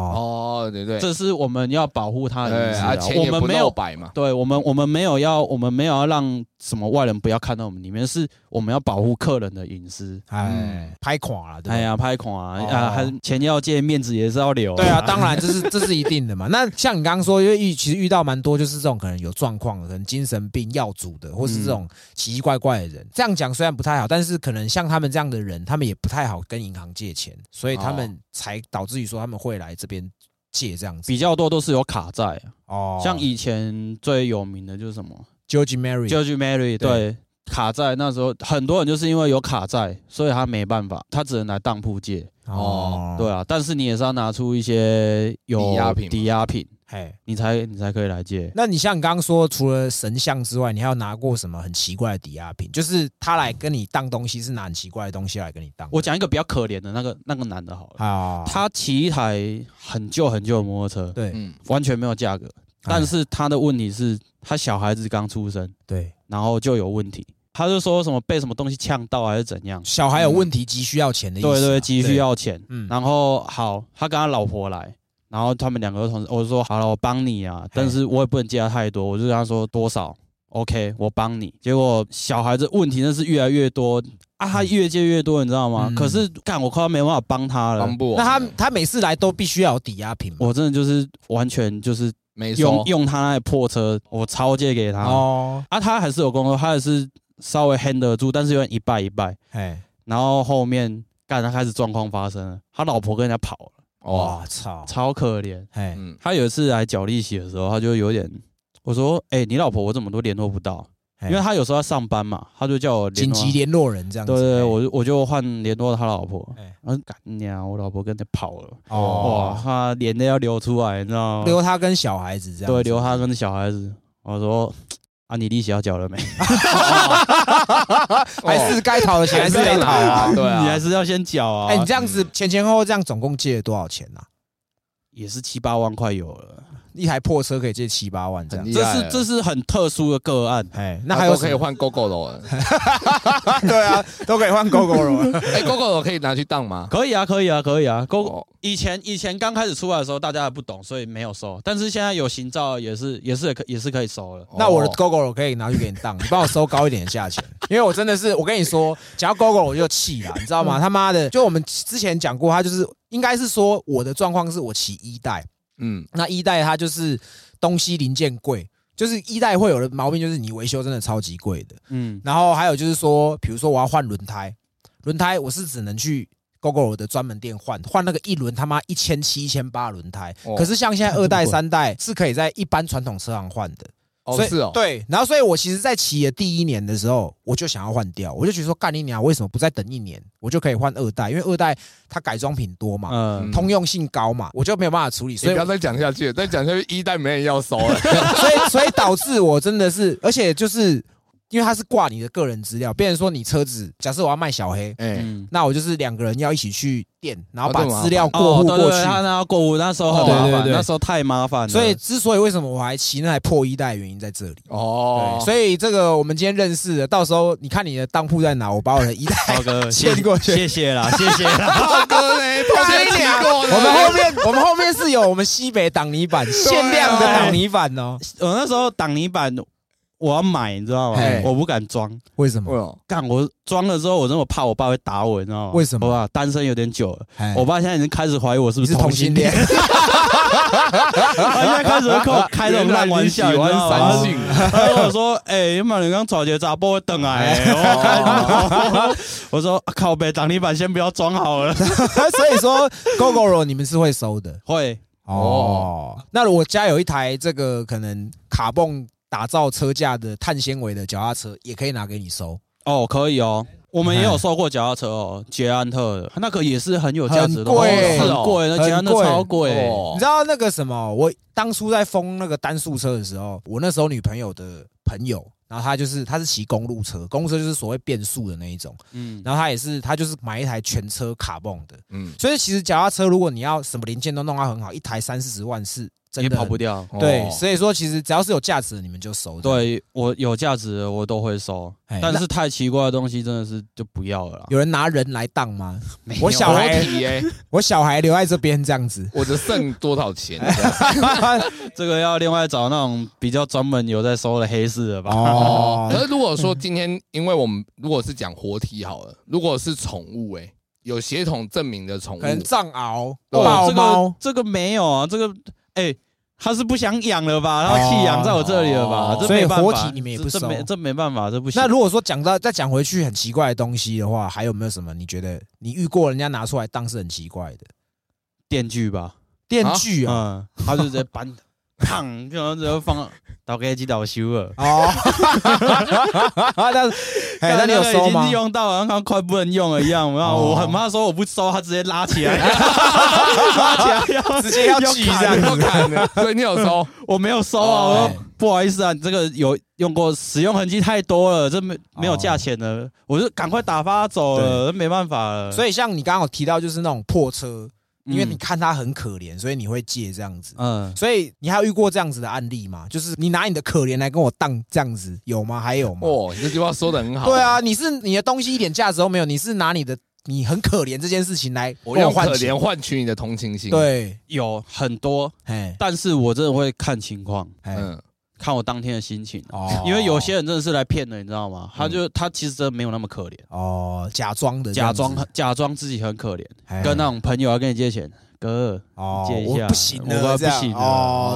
Speaker 2: 哦，对对，
Speaker 3: 这是我们要保护他的
Speaker 2: 对
Speaker 3: 意思、
Speaker 2: 啊，
Speaker 3: 啊
Speaker 2: 钱。
Speaker 3: 我
Speaker 2: 也
Speaker 3: 们
Speaker 2: 不
Speaker 3: 没有
Speaker 2: 露白嘛，
Speaker 3: 对我们，我们没有要，我们没有要让什么外人不要看到我们里面，是我们要保护客人的隐私。
Speaker 1: 哎，拍垮了，对不
Speaker 3: 哎
Speaker 1: 对？
Speaker 3: 呀，拍孔啊，
Speaker 1: 哦
Speaker 3: 啊，还钱要借，面子也是要留。
Speaker 1: 对啊，当然这是这是一定的嘛。那像你刚刚说，因为遇其实遇到蛮多就是这种可能有状况的，可能精神病、药主的，
Speaker 3: 嗯
Speaker 1: 或是这种奇奇怪怪的人。这样讲虽然不太好，但是可能像他们这样的人，他们也不太好跟银行借钱，所以他们才导致于说他们会来这边借这样子。
Speaker 3: 比较多都是有卡债啊，
Speaker 1: 哦，
Speaker 3: 像以前最有名的就是什么
Speaker 1: George Mary，
Speaker 3: George
Speaker 1: 对
Speaker 3: Mary，对，卡债那时候很多人就是因为有卡债，所以他没办法，他只能来当铺借。
Speaker 1: 哦，
Speaker 3: 对啊，但是你也是要拿出一些有
Speaker 2: 抵押品嘛
Speaker 3: 抵押品，
Speaker 1: 嘿。
Speaker 3: 你才你才可以来借。
Speaker 1: 那你像你刚刚说，除了神像之外，你还有拿过什么很奇怪的抵押品？就是他来跟你当东西，是拿很奇怪的东西来跟你当。
Speaker 3: 我讲一个比较可怜的那个那个男的好了，
Speaker 1: 啊，
Speaker 3: 他骑一台很旧很旧的摩托车，
Speaker 1: 对啊哎
Speaker 2: 嗯，
Speaker 3: 完全没有价格，但是他的问题是，他小孩子刚出生，
Speaker 1: 对，
Speaker 3: 然后就有问题，他就说什么被什么东西呛到还是怎样，
Speaker 1: 小孩有问题急需要钱的意思啊、
Speaker 3: 对对，急需要钱。
Speaker 1: 嗯
Speaker 3: 然后好，他跟他老婆来，然后他们两个都同时，我就说好了，我帮你啊，但是我也不能借他太多，我就跟他说多少，OK，我帮你。结果小孩子问题真是越来越多啊，他越借越多，你知道吗？
Speaker 1: 嗯
Speaker 3: 可是干，我快要没办法帮呃他了
Speaker 2: 帮。不
Speaker 1: 那
Speaker 2: 完
Speaker 1: 他他每次来都必须要有抵押品嘛？
Speaker 3: 我真的就是完全就是
Speaker 2: 没
Speaker 3: 用
Speaker 2: 收，
Speaker 3: 用他那台破车，我超借给他。
Speaker 1: 哦，
Speaker 3: 啊，他还是有工作，他还是稍微 handle 得住，但是有点一败一败。
Speaker 1: 哎，
Speaker 3: 然后后面干，他开始状况发生了，他老婆跟人家跑了，
Speaker 2: 哦，
Speaker 1: 哇操，
Speaker 3: 超可怜。
Speaker 1: 哎，
Speaker 2: 嗯，
Speaker 3: 他有一次来缴利息的时候，他就有点，我说，哎、你老婆我怎么都联络不到？
Speaker 1: 嘿
Speaker 3: 因为他有时候要上班嘛，他就叫我联
Speaker 1: 紧
Speaker 3: 络。
Speaker 1: 急联络人这样子。
Speaker 3: 对对对，
Speaker 1: 哎
Speaker 3: 我就我就换联络他老婆。
Speaker 1: 哎
Speaker 3: 然后干娘，我老婆跟着跑了，哇，
Speaker 1: 哦，
Speaker 3: 他眼泪要流出来，你知道吗？
Speaker 1: 留他跟小孩子这样子。
Speaker 3: 对，留他跟小孩子。我说，啊，你利息要缴了没？
Speaker 1: 还是该讨的钱还是得讨啊。
Speaker 2: 哦对啊，
Speaker 3: 你还是要先缴啊。
Speaker 1: 哎，你这样子前前后后这样总共借了多少钱啊？
Speaker 3: 也是七八万块有了，
Speaker 1: 一台破车可以借七八万这
Speaker 2: 很
Speaker 1: 样。
Speaker 2: 厉
Speaker 3: 这
Speaker 2: 害
Speaker 3: 是
Speaker 2: 了，
Speaker 3: 这是很特殊的个案。
Speaker 1: 哎，那还有
Speaker 2: 都可以
Speaker 1: 什么
Speaker 2: 换 GoGo 楼了，
Speaker 1: 对 啊，都可以换 GoGo 了。
Speaker 2: 哎，GoGo 楼可以拿去当 吗？
Speaker 3: 可以啊，可以啊，可以啊。勾、
Speaker 2: 哦
Speaker 3: 以前以前刚开始出来的时候，大家还不懂，所以没有收。但是现在有行照，也是也是可也是可以收了。
Speaker 1: 那我的
Speaker 2: 哦
Speaker 1: GoGo 了可以拿去给你当，你帮我收高一点的价钱， 因为我真的是，我跟你说，讲到 GoGo 我就气了，你知道 吗？他妈的，就我们之前讲过，他就是应该是说我的状况是我骑一代，
Speaker 2: 嗯，
Speaker 1: 那一代它就是东西零件贵，就是一代会有的毛病，就是你维修真的超级贵的。
Speaker 3: 嗯
Speaker 1: 然后还有就是说，比如说我要换轮胎，轮胎我是只能去 GoGo 的专门店换，换那个一轮他妈一千七、一千八轮胎。
Speaker 2: 哦
Speaker 1: 可是像现在二代、
Speaker 3: 这么贵
Speaker 1: 三代是可以在一般传统车行换的。
Speaker 2: 哦
Speaker 1: 所以
Speaker 2: 是哦，
Speaker 1: 对，然后所以我其实，在骑的第一年的时候，我就想要换掉，我就觉得说，干你娘，为什么不再等一年，我就可以换二代？因为二代它改装品多嘛，
Speaker 3: 嗯，
Speaker 1: 通用性高嘛，我就没有办法处理，
Speaker 2: 你
Speaker 1: 所
Speaker 2: 不
Speaker 1: 以
Speaker 2: 要再讲下去了，再讲下去一代没人要收 了。
Speaker 1: 所以所以导致我真的是，而且就是因为它是挂你的个人资料，变成说你车子，假设我要卖小黑，
Speaker 2: 哎，
Speaker 3: 嗯
Speaker 1: 那我就是两个人要一起去店，然后把
Speaker 2: 哦这么麻烦
Speaker 1: 资料过
Speaker 3: 哦，
Speaker 1: 户
Speaker 3: 对
Speaker 1: 过
Speaker 3: 对
Speaker 1: 去
Speaker 3: 对，。他那要过户，那时候
Speaker 2: 哦
Speaker 3: 很麻
Speaker 1: 对对
Speaker 3: 烦，
Speaker 1: 对
Speaker 3: 那时候太麻烦了，
Speaker 1: 所以之所以为什么我还骑那台破一代，原因在这里。
Speaker 2: 哦
Speaker 1: 对，，所以这个我们今天认识的，到时候你看你的当铺在哪，我把我的一代
Speaker 3: 涛哥
Speaker 1: 牵
Speaker 3: 谢
Speaker 1: 过去
Speaker 3: 呃谢 谢啦，谢谢啦，
Speaker 2: 炮哥嘞，炮哥
Speaker 1: 干你娘
Speaker 2: 提过
Speaker 1: 我们后面我们后面是有我们西北挡泥板
Speaker 3: 啊
Speaker 1: 限量的挡泥板哦。
Speaker 3: 我那时候挡泥板我要买，你知道吗
Speaker 1: 嘿？
Speaker 3: 我不敢装，
Speaker 1: 为什么？
Speaker 2: 后
Speaker 3: 干我装了之后，我真的怕我爸会打我，你知道吗？
Speaker 1: 为什么
Speaker 3: 我爸单身有点久了，
Speaker 1: 哎
Speaker 3: 我爸现在已经开始怀疑我是
Speaker 1: 你
Speaker 3: 不
Speaker 1: 是同
Speaker 3: 同
Speaker 1: 性
Speaker 3: 性
Speaker 1: 恋
Speaker 3: 恋，， 他现在开始会跟我开这 种烂玩笑，
Speaker 2: 喜
Speaker 3: 你
Speaker 2: 欢
Speaker 3: 知道
Speaker 2: 三
Speaker 3: 吗？
Speaker 2: 性，
Speaker 3: 他跟我说：“哎、有没有人刚找节查波会等啊、欸
Speaker 2: 哦
Speaker 3: 我看我说：“ 啊、靠北，挡泥板先不要装好 了。
Speaker 1: 所以说 GoGoRo 你们是会收的”
Speaker 3: 会，
Speaker 1: 哦。那如果家有一台这个可能卡泵打造车架的碳纤维的脚踏车，也可以拿给你收，
Speaker 3: 哦，可以哦。我们也有收过脚踏车哦，捷安特的，那个也是很有价值的东西，
Speaker 1: 很贵
Speaker 3: 很
Speaker 1: 很
Speaker 3: 贵，那
Speaker 1: 贵哦
Speaker 3: 捷安特超贵、
Speaker 1: 你知道那个什么？我当初在封那个单速车的时候，我那时候女朋友的朋友，然后她就是她是骑公路车，公路车就是所谓变速的那一种，
Speaker 3: 嗯，
Speaker 1: 然后她也是她就是买一台全车卡泵的，
Speaker 2: 嗯，
Speaker 1: 所以其实脚踏车如果你要什么零件都弄到很好，一台三四十万是真
Speaker 3: 也
Speaker 1: 的
Speaker 3: 跑不掉。
Speaker 1: 对，
Speaker 2: 哦
Speaker 1: 所以说其实只要是有价值的，你们就收。，
Speaker 3: 对我有价值的我都会收，
Speaker 1: 哎
Speaker 3: 但是太奇怪的东西真的是就不要 了啦。
Speaker 1: 有人拿人来当吗？
Speaker 3: 没有
Speaker 1: 我小
Speaker 2: 裸
Speaker 1: 孩，
Speaker 2: 哦体耶，，
Speaker 1: 我小孩留在这边这样子
Speaker 2: 我的剩多少钱？
Speaker 3: 这个要另外找那种比较专门有在收的黑市的吧。
Speaker 1: 哦
Speaker 2: 哦，可是如果说今天，因为我们如果是讲活体好了，如果是宠物，哎，有血统证明的宠物
Speaker 1: 可，能藏獒、
Speaker 2: 对
Speaker 1: 豹
Speaker 3: 这
Speaker 1: 猫
Speaker 3: 个。哦这个没有啊，这个哎、他是不想养了吧？他要弃养在我这里了吧？
Speaker 2: 哦
Speaker 3: 这没办法
Speaker 1: 所以活体你们也不
Speaker 3: 这这
Speaker 1: 收
Speaker 3: 没这没办法，这不行。
Speaker 1: 那如果说讲到再讲回去很奇怪的东西的话，还有没有什么你觉得你遇过人家拿出来当是很奇怪的
Speaker 3: 电锯吧，
Speaker 1: 电锯啊？
Speaker 3: 嗯，他就直接搬， 砰，然后直接放倒给几倒修了。
Speaker 1: 哦， 那哎，那你有收
Speaker 3: 已
Speaker 1: 吗
Speaker 3: 经？用到好像快不能用了一样，然后
Speaker 1: 哦
Speaker 3: 我很怕说我不收，他直接拉 起来，拉起来要
Speaker 1: 直接要锯这样
Speaker 3: 砍
Speaker 2: 不敢的，所以你有收
Speaker 3: 我没有收啊，
Speaker 2: 哦
Speaker 3: 我说不好意思啊，你这个有用过，使用痕迹太多了，这没没有价钱了，我就赶快打发走了，没办法了。
Speaker 1: 所
Speaker 3: 以，
Speaker 1: 以像你刚刚有提到，就是那种破车，因为你
Speaker 3: 嗯
Speaker 1: 看它很可怜，所以你会借这样子。
Speaker 3: 嗯，
Speaker 1: 所以你还有遇过这样子的案例吗？就是你拿你的可怜来跟我当这样子，有吗？还有吗？
Speaker 2: 哦，你这句话说的很好。
Speaker 1: 对，啊，你是你的东西一点价值都没有，你是拿你的你很可怜这件事情来
Speaker 2: 我
Speaker 1: 跟
Speaker 2: 用
Speaker 1: 换
Speaker 2: 可
Speaker 1: 钱
Speaker 2: 怜换取你的同情心。，
Speaker 1: 对，
Speaker 3: 有很多，
Speaker 1: 哎
Speaker 3: 但是我真的会看情况，
Speaker 1: 哎
Speaker 2: 嗯，
Speaker 3: 看我当天的心情啊、
Speaker 1: 哦
Speaker 3: 因为有些人真的是来骗的，你知道吗？他就他其实真的没有那么可怜，
Speaker 1: 哦假装的这
Speaker 3: 假
Speaker 1: 样子
Speaker 3: 装假装自己很可怜，
Speaker 1: 哎
Speaker 3: 跟那种朋友要跟你借钱，哥，
Speaker 1: 哦
Speaker 3: 借一
Speaker 1: 我
Speaker 3: 下
Speaker 1: 不行
Speaker 3: 我
Speaker 1: 了，
Speaker 3: 不
Speaker 1: 这样
Speaker 3: 行了
Speaker 1: 哦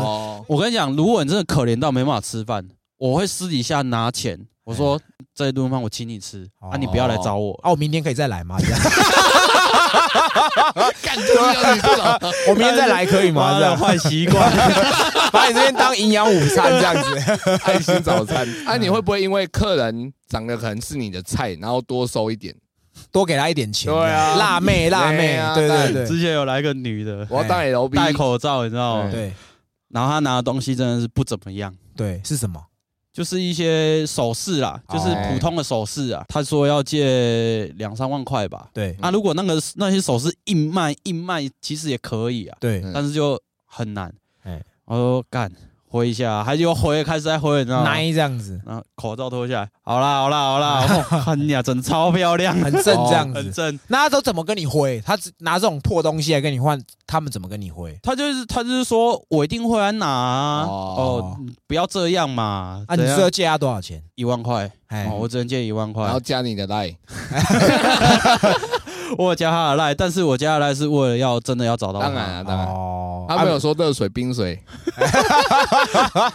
Speaker 2: 哦，
Speaker 3: 我跟你讲，如果你真的可怜到没办法吃饭，我会私底下拿钱，我说这一顿饭我请你吃，啊，你不要来找我。
Speaker 1: 啊，我明天可以再来吗？这 样
Speaker 2: 啊干就是要你这种，
Speaker 1: 我明天再来可以吗？
Speaker 3: 妈
Speaker 1: 这
Speaker 3: 的
Speaker 1: 样
Speaker 3: 坏习惯，
Speaker 1: 把你这边当营养午餐这样 子，
Speaker 2: 爱心早餐。啊，你会不会因为客人长得可能是你的菜，然后多收一点？
Speaker 1: 多给他一点钱。
Speaker 2: 对啊
Speaker 1: 辣妹辣
Speaker 2: 对
Speaker 1: 妹
Speaker 2: 啊，
Speaker 1: 对
Speaker 2: 当 然
Speaker 1: 对对
Speaker 3: 之前有来一个女的，
Speaker 2: 我要当 L B，
Speaker 3: 哎戴口罩，你知道吗
Speaker 2: 对？
Speaker 1: 对
Speaker 3: 然后她拿的东西真的是不怎么样，
Speaker 1: 对是什么？
Speaker 3: 就是一些首饰啦，
Speaker 1: 哦
Speaker 3: 就是普通的首饰啊。她说要借两三万块吧，
Speaker 1: 对
Speaker 3: 啊，如果那个那些首饰硬卖硬卖，其实也可以啊，
Speaker 1: 对
Speaker 2: 嗯
Speaker 3: 但是就很难。
Speaker 1: 哎
Speaker 3: 我说干挥一下，还就挥开始在挥，你知道吗？
Speaker 1: 奶这样子，
Speaker 3: 然后口罩脱下来，好啦好啦 好啦，我看你啊，真超漂亮，
Speaker 1: 很正这样
Speaker 3: 很
Speaker 1: 子。
Speaker 3: 正。
Speaker 1: 那他都怎么跟你挥？他只拿这种破东西来跟你换，他们怎么跟你挥？
Speaker 3: 他就是他就是说我一定会来拿啊
Speaker 2: 哦
Speaker 3: 哦，你不要这样嘛。
Speaker 1: 啊，你
Speaker 3: 怎
Speaker 1: 最
Speaker 3: 样
Speaker 1: 后借他多少钱？
Speaker 3: 一万块，
Speaker 1: 哎
Speaker 3: 哦，我只能借一万块
Speaker 2: 然后。加你的 line，
Speaker 3: 我有加他的赖，但是我加他的赖是为了要真的要找到他
Speaker 2: 当然啊，当然，
Speaker 1: 哦，
Speaker 2: 他没有说热水、冰水，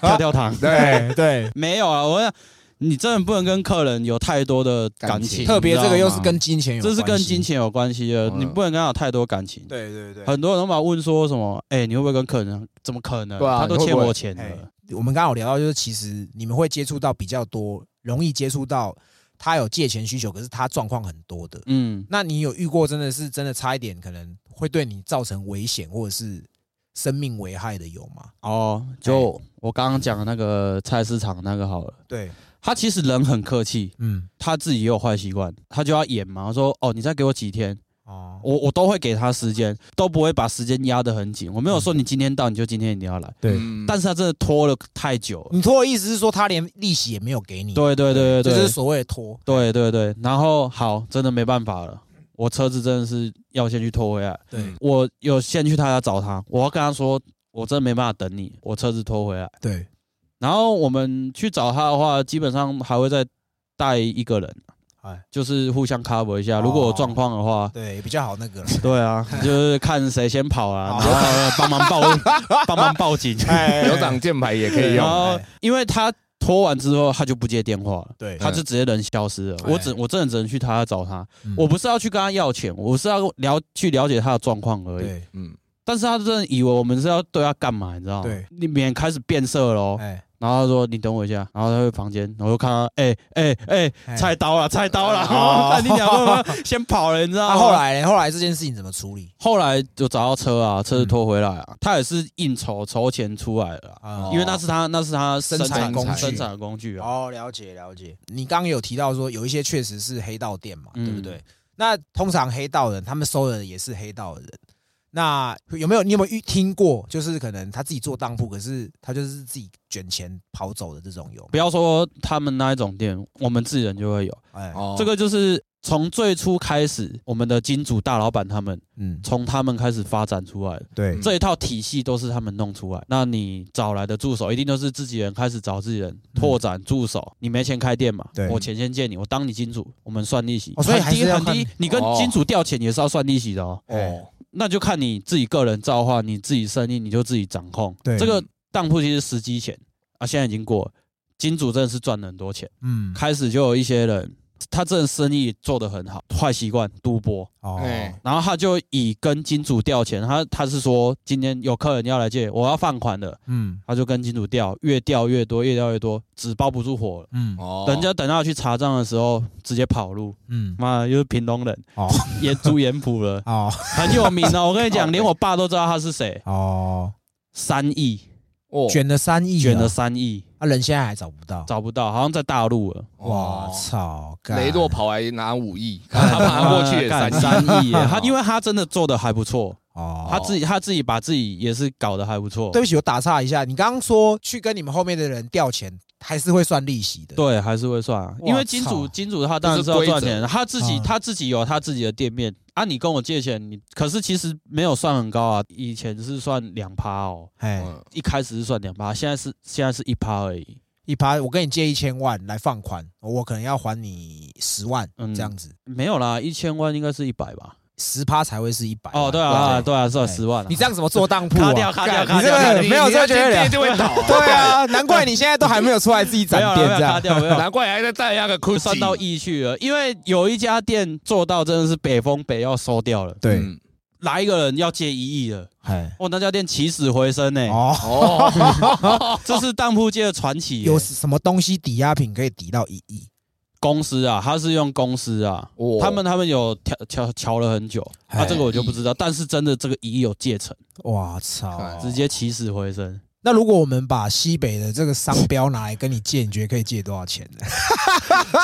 Speaker 3: 跳跳糖。
Speaker 1: 对 对，
Speaker 3: 没有啊，我要你真的不能跟客人有太多的感
Speaker 2: 感
Speaker 3: 情，
Speaker 2: 情
Speaker 1: 特别这个又是跟
Speaker 3: 你
Speaker 1: 金钱有
Speaker 3: 知
Speaker 1: 关
Speaker 3: 道吗这
Speaker 1: 系，
Speaker 3: 是跟金钱有关系的，
Speaker 2: 嗯
Speaker 3: 你不能跟他有太多感情。
Speaker 1: 对，对对
Speaker 3: 很多人都把问说什么，哎、你会不会跟客人？怎么可能？
Speaker 2: 对啊
Speaker 3: 他都
Speaker 2: 你会
Speaker 3: 欠
Speaker 2: 不会
Speaker 3: 我钱了。
Speaker 1: 哎我们刚好聊到，就是其实你们会接触到比较多，容易接触到他有借钱需求，可是他状况很多的。
Speaker 3: 嗯，
Speaker 1: 那你有遇过真的是真的差一点，可能会对你造成危险或者是生命危害的有吗？
Speaker 3: 哦，就我刚刚讲的那个菜市场那个好了，
Speaker 1: 对，
Speaker 3: 他其实人很客气，
Speaker 1: 嗯，
Speaker 3: 他自己也有坏习惯，他就要演嘛，说哦，你再给我几天，
Speaker 1: 哦，
Speaker 3: 我我都会给他时间，都不会把时间压得很紧。我没有说你今天到你就今天一定要来，
Speaker 1: 对
Speaker 2: 嗯
Speaker 3: 但是他真的拖了太久了。
Speaker 1: 你拖的意思是说他连利息也没有给你？
Speaker 3: 对对对对
Speaker 1: 这就是
Speaker 3: 对，
Speaker 1: 所谓的拖。
Speaker 3: 对对对。然后好，真的没办法了，我车子真的是要先去拖回来。
Speaker 1: 对
Speaker 2: 嗯
Speaker 3: 我有先去他家找他，我要跟他说，我真的没办法等你，我车子拖回来。
Speaker 1: 对，
Speaker 3: 然后我们去找他的话，基本上还会再带一个人，啊
Speaker 1: 哎，哦
Speaker 3: 就是互相 cover 一下。如果有状况的话，
Speaker 1: 对，比较好那个了。
Speaker 3: 对啊， 就是看谁先跑啊，
Speaker 1: 哦
Speaker 3: 然后帮忙报 帮忙报警。
Speaker 1: 哎
Speaker 2: 有长箭牌也可以
Speaker 3: 然
Speaker 2: 用。
Speaker 3: 后因为他拖完之后，他就不接电话了。
Speaker 1: 对，
Speaker 3: 他就直接人消失了，
Speaker 1: 哎
Speaker 3: 我只我真的只能去他家找他，
Speaker 1: 嗯
Speaker 3: 我不是要去跟他要钱，我是要了去了解他的状况而已。
Speaker 1: 对，
Speaker 2: 嗯，
Speaker 3: 但是他真的以为我们是要对他干嘛，你知道吗？
Speaker 1: 对，
Speaker 3: 里面开始变色了哦，
Speaker 1: 哎，
Speaker 3: 然后他说你等我一下，然后他去房间，然后我就看他，哎哎哎，
Speaker 1: 哎
Speaker 3: 菜刀了，菜刀了，
Speaker 1: 哦
Speaker 3: 看你俩会不会 先跑了，你知道
Speaker 1: 那
Speaker 3: 吗？
Speaker 1: 啊后来呢后来这件事情怎么处理？
Speaker 3: 后来就找到车啊，车子拖回来
Speaker 1: 嗯
Speaker 3: 啊，他也是应酬筹钱出来了啊，
Speaker 1: 啊
Speaker 3: 因为那是他那是他
Speaker 1: 生
Speaker 3: 产
Speaker 1: 产
Speaker 2: 工具
Speaker 3: 生产的工具啊，
Speaker 1: 哦，了解了解。你刚刚有提到说有一些确实是黑道店嘛，
Speaker 3: 嗯
Speaker 1: 对不对？那通常黑道人他们收的也是黑道的人。那有没有你有没有遇听过？就是可能他自己做当铺，可是他就是自己卷钱跑走的这种有吗？
Speaker 3: 不要说他们那一种店，我们自己人就会有。
Speaker 1: 哎，
Speaker 2: 哦
Speaker 3: 这个就是从最初开始，我们的金主大老板他们
Speaker 1: 嗯，
Speaker 3: 从他们开始发展出来的，
Speaker 1: 对
Speaker 3: 这一套体系都是他们弄出来。那你找来的助手一定都是自己人开始找自己人拓展助手。你没钱开店嘛？
Speaker 1: 对
Speaker 3: 我钱先借你，我当你金主，我们算利息。
Speaker 1: 哦所以还是
Speaker 3: 很低
Speaker 1: 要
Speaker 3: 很
Speaker 1: 看
Speaker 3: 低，你跟金主调钱也是要算利息的哦。
Speaker 1: 哦
Speaker 2: 哦，
Speaker 3: 那就看你自己个人造化，你自己生意你就自己掌控。
Speaker 1: 对
Speaker 3: 这个当铺其实时机钱啊，现在已经过了。金主真的是赚了很多钱。
Speaker 1: 嗯，
Speaker 3: 开始就有一些人，他真的生意做得很好，坏习惯赌博，
Speaker 1: 哦，
Speaker 2: 哎
Speaker 3: 然后他就以跟金主调钱，他他是说今天有客人要来借，我要放款了，
Speaker 1: 嗯
Speaker 3: 他就跟金主调，越调越多，越调越多，纸包不住火了。
Speaker 1: 嗯
Speaker 2: 哦
Speaker 3: 人家等到去查账的时候，直接跑路，
Speaker 1: 嗯，
Speaker 3: 妈的，又是屏东人，
Speaker 1: 哦，
Speaker 3: 也住盐埔了
Speaker 1: 哦
Speaker 3: 很有名哦。我跟你讲，
Speaker 2: 靠北
Speaker 3: 连我爸都知道他是谁，
Speaker 1: 哦，
Speaker 3: 三亿
Speaker 2: 哦
Speaker 1: 卷了三亿啊，
Speaker 3: 卷了三亿，
Speaker 1: 啊，人现在还找不到，
Speaker 3: 找不到，好像在大陆了。
Speaker 1: 哇
Speaker 2: 哦
Speaker 1: 操，干
Speaker 2: 雷诺跑来拿五亿，看他爬过去也
Speaker 3: 哎
Speaker 2: 三
Speaker 3: 干三
Speaker 2: 亿，
Speaker 3: 亿耶，他因为他真的做的还不错，
Speaker 1: 哦，
Speaker 3: 他自己他自己把自己也是搞得还不错，
Speaker 1: 对不起，我打岔一下，你刚刚说去跟你们后面的人调钱，还是会算利息的。，
Speaker 3: 对还是会算啊，
Speaker 1: 哇
Speaker 3: 因为金
Speaker 1: 操
Speaker 3: 主金主他当然是要
Speaker 2: 这是规
Speaker 3: 赚
Speaker 2: 则
Speaker 3: 钱，他自己
Speaker 1: 嗯
Speaker 3: 他自己有他自己的店面啊，你跟我借钱，你可是其实没有算很高啊，以前是算两趴哦，
Speaker 1: 哎，
Speaker 2: 嗯
Speaker 3: 一开始是算两趴，现在是现在是一趴而已，
Speaker 1: 一趴我跟你借一千万来放款，我可能要还你十万，
Speaker 3: 嗯
Speaker 1: 这样子，
Speaker 3: 没有啦，一千万应该是一百吧？
Speaker 1: 十趴才会是一百。
Speaker 3: 哦，对啊，对啊，是
Speaker 1: 哎
Speaker 3: 啊，十万啊，
Speaker 1: 你这样怎么做当铺
Speaker 3: 卡
Speaker 1: 啊？
Speaker 3: 掉卡掉
Speaker 1: 干你
Speaker 3: 卡
Speaker 1: 这
Speaker 3: 掉，
Speaker 1: 个
Speaker 3: 卡掉
Speaker 1: 没有
Speaker 2: 你
Speaker 1: 这个绝对
Speaker 2: 今天
Speaker 1: 两。，
Speaker 2: 就会倒
Speaker 1: 对，啊，难怪你现在都还没有出来自己展
Speaker 3: 没有啦
Speaker 1: 店这样。
Speaker 3: 没有卡掉没有。
Speaker 2: 难怪还在带那个哭
Speaker 3: 算到亿去了，因为有一家店做到真的是北风北要收掉了，
Speaker 1: 对，
Speaker 2: 嗯
Speaker 3: 来一个人要借一亿了，
Speaker 1: 哎，
Speaker 3: 哦，那家店起死回生呢、
Speaker 1: 哦，
Speaker 2: 哦，
Speaker 3: 这是当铺界的传奇、
Speaker 1: 有什么东西抵押品可以抵到一亿？
Speaker 3: 公司啊，他是用公司啊，
Speaker 2: 哦
Speaker 3: 他们他们有调调调了很久，
Speaker 1: 哎
Speaker 3: 啊，这个我就不知道，但是真的这个一亿有借成，
Speaker 1: 哇操！
Speaker 3: 直接起死 回生，
Speaker 1: 那如果我们把西北的这个商标拿来跟你借，你觉得可以借多少钱呢？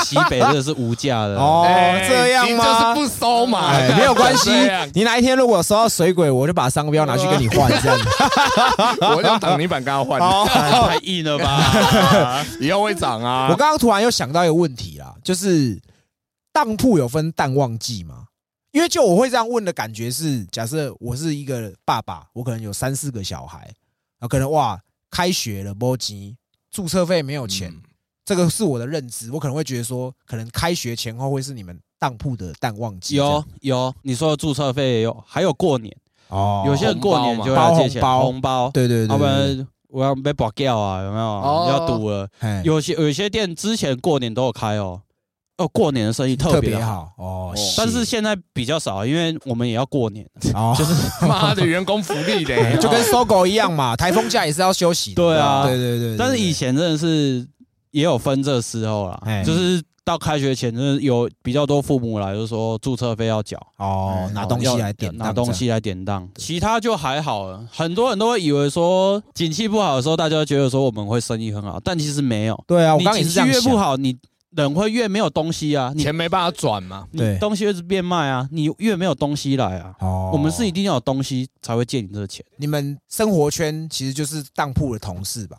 Speaker 3: 西北这个是无价的
Speaker 1: 哦
Speaker 2: 哎
Speaker 1: 这样吗
Speaker 2: 就是不收
Speaker 3: 啊
Speaker 2: 嘛，
Speaker 1: 哎，
Speaker 2: 干
Speaker 1: 没有关系
Speaker 2: 这样，
Speaker 1: 你哪一天如果收到水鬼，我就把商标拿去跟你换， 这样子。
Speaker 2: 我用挡泥板跟他 换，
Speaker 1: 好，
Speaker 3: 太硬 了吧？
Speaker 2: 以后会涨啊。
Speaker 1: 我刚刚突然又想到一个问题啦，就是当铺有分淡旺季吗？因为就我会这样问的感觉是，假设我是一个爸爸，我可能有三四个小孩，啊，可能哇，开学了，波及注册费没有钱，
Speaker 2: 嗯
Speaker 1: 这个是我的认知，我可能会觉得说，可能开学前后会是你们当铺的淡旺季这样？
Speaker 3: 有有，你说的注册费也有，还有过年，
Speaker 1: 哦，
Speaker 3: 有些人过年就要借
Speaker 1: 红
Speaker 3: 钱，
Speaker 1: 包嘛
Speaker 3: 红包，
Speaker 1: 对对对，
Speaker 3: 要不
Speaker 1: 对
Speaker 3: 然我要被保掉啊，有没有？
Speaker 2: 哦
Speaker 3: 要赌了。
Speaker 1: 嘿
Speaker 3: 有些有些店之前过年都有开哦，哦，过年的生意特
Speaker 1: 特
Speaker 3: 别
Speaker 1: 别
Speaker 3: 好，
Speaker 1: 好哦
Speaker 2: 哦，
Speaker 3: 但是现在比较少，因为我们也要过年。
Speaker 1: 哦，
Speaker 2: 嗯妈的员工福利嘞，
Speaker 1: 哎
Speaker 2: 哦
Speaker 1: 就跟搜狗一样嘛， 台风假也是要休息的。
Speaker 3: 啊对啊
Speaker 1: 对对对对。
Speaker 3: 但是以
Speaker 1: 对
Speaker 3: 前真的是也有分这时候啦
Speaker 1: 哎，
Speaker 3: 就是到开学前，就是有比较多父母来就说注册费要缴，
Speaker 1: 哦，拿
Speaker 3: 哦
Speaker 1: 东
Speaker 3: 要
Speaker 1: 西来点，
Speaker 3: 拿东。西来典当，其他就还好了。很多人都会以为说景气不好的时候，大家觉得说我们会生意很好，但其实没有。
Speaker 1: 对啊，我
Speaker 3: 你
Speaker 1: 刚刚也
Speaker 3: 景
Speaker 1: 是
Speaker 3: 气
Speaker 1: 这样
Speaker 3: 越不
Speaker 1: 想。
Speaker 3: 好，你人会越没有东西啊，你
Speaker 2: 钱没办法转嘛。
Speaker 1: 对
Speaker 3: 你东西越是变卖啊，你越没有东西来啊。
Speaker 1: 哦
Speaker 3: 我们是一定要有东西才会借你这个钱，
Speaker 1: 你们生活圈其实就是当铺的同事吧？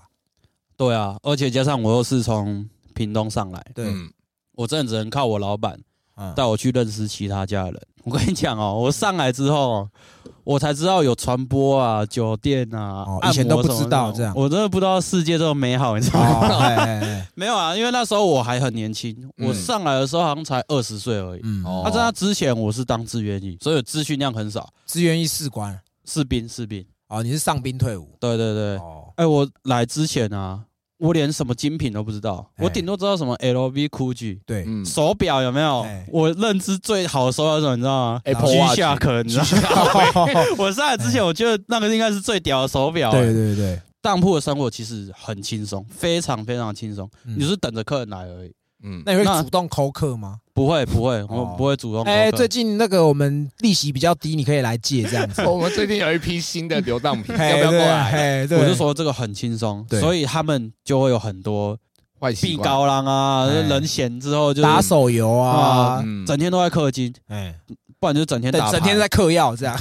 Speaker 3: 对啊，而且加上我又是从屏东上来，
Speaker 1: 对，
Speaker 2: 嗯
Speaker 3: 我真的只能靠我老板
Speaker 1: 嗯
Speaker 3: 带我去认识其他家人。我跟你讲哦，我上来之后，哦我才知道有传播啊、酒店啊、
Speaker 1: 哦
Speaker 3: 按摩
Speaker 1: 以前都不
Speaker 3: 什么的
Speaker 1: 知道这样
Speaker 3: 我真的不知道世界这么美好，你 知道 吗？
Speaker 1: 哦，哎哎哎
Speaker 3: 没有啊，因为那时候我还很年轻，
Speaker 2: 嗯
Speaker 3: 我上来的时候好像才二十岁而已。
Speaker 1: 嗯，
Speaker 2: 哦
Speaker 3: 那在那之前我是当志愿役，所以资讯量很少。
Speaker 1: 志愿役士官
Speaker 3: 士兵，士兵，
Speaker 1: 哦，你是上兵退伍
Speaker 3: 对对对。
Speaker 1: 哦，
Speaker 3: 哎，我来之前啊，我连什么精品都不知道，
Speaker 1: 哎
Speaker 3: 我顶多知道什么 LV、GUCCI。
Speaker 1: 对，
Speaker 2: 嗯
Speaker 3: 手表有没有
Speaker 1: 哎？
Speaker 3: 我认知最好的手表是什么？你知道吗
Speaker 2: Apple
Speaker 3: G
Speaker 2: Watch
Speaker 1: 啊
Speaker 3: 下壳，你知道吗？ 我上来之前，我觉得那个应该是最屌的手表。哎
Speaker 1: 对对对，
Speaker 3: 当铺的生活其实很轻松，非常非常轻松，
Speaker 1: 嗯
Speaker 3: 你就是等着客人来而已。
Speaker 2: 嗯，
Speaker 1: 那你
Speaker 3: 那
Speaker 1: 会主动扣客吗？
Speaker 3: 不会不会，我
Speaker 1: 哦
Speaker 3: 不会主动。
Speaker 1: 哎，最，近那个我们利息比较低，你可以来借这样 子。
Speaker 2: 我们最近有一批新的流浪品，
Speaker 1: 嘿
Speaker 2: 要不要过来？
Speaker 1: 哎对嘿对
Speaker 3: 啊我就说这个很轻松，
Speaker 1: 对
Speaker 3: 所以他们就会有很多
Speaker 2: 坏
Speaker 3: 避
Speaker 2: 习惯，
Speaker 3: 高浪啊，
Speaker 1: 哎
Speaker 3: 人闲之后就是
Speaker 1: 打手游啊，
Speaker 2: 嗯，
Speaker 3: 整天都在氪金，
Speaker 1: 哎，
Speaker 3: 不然就整天
Speaker 1: 等
Speaker 3: 打牌。
Speaker 1: 整 天在嗑药这样。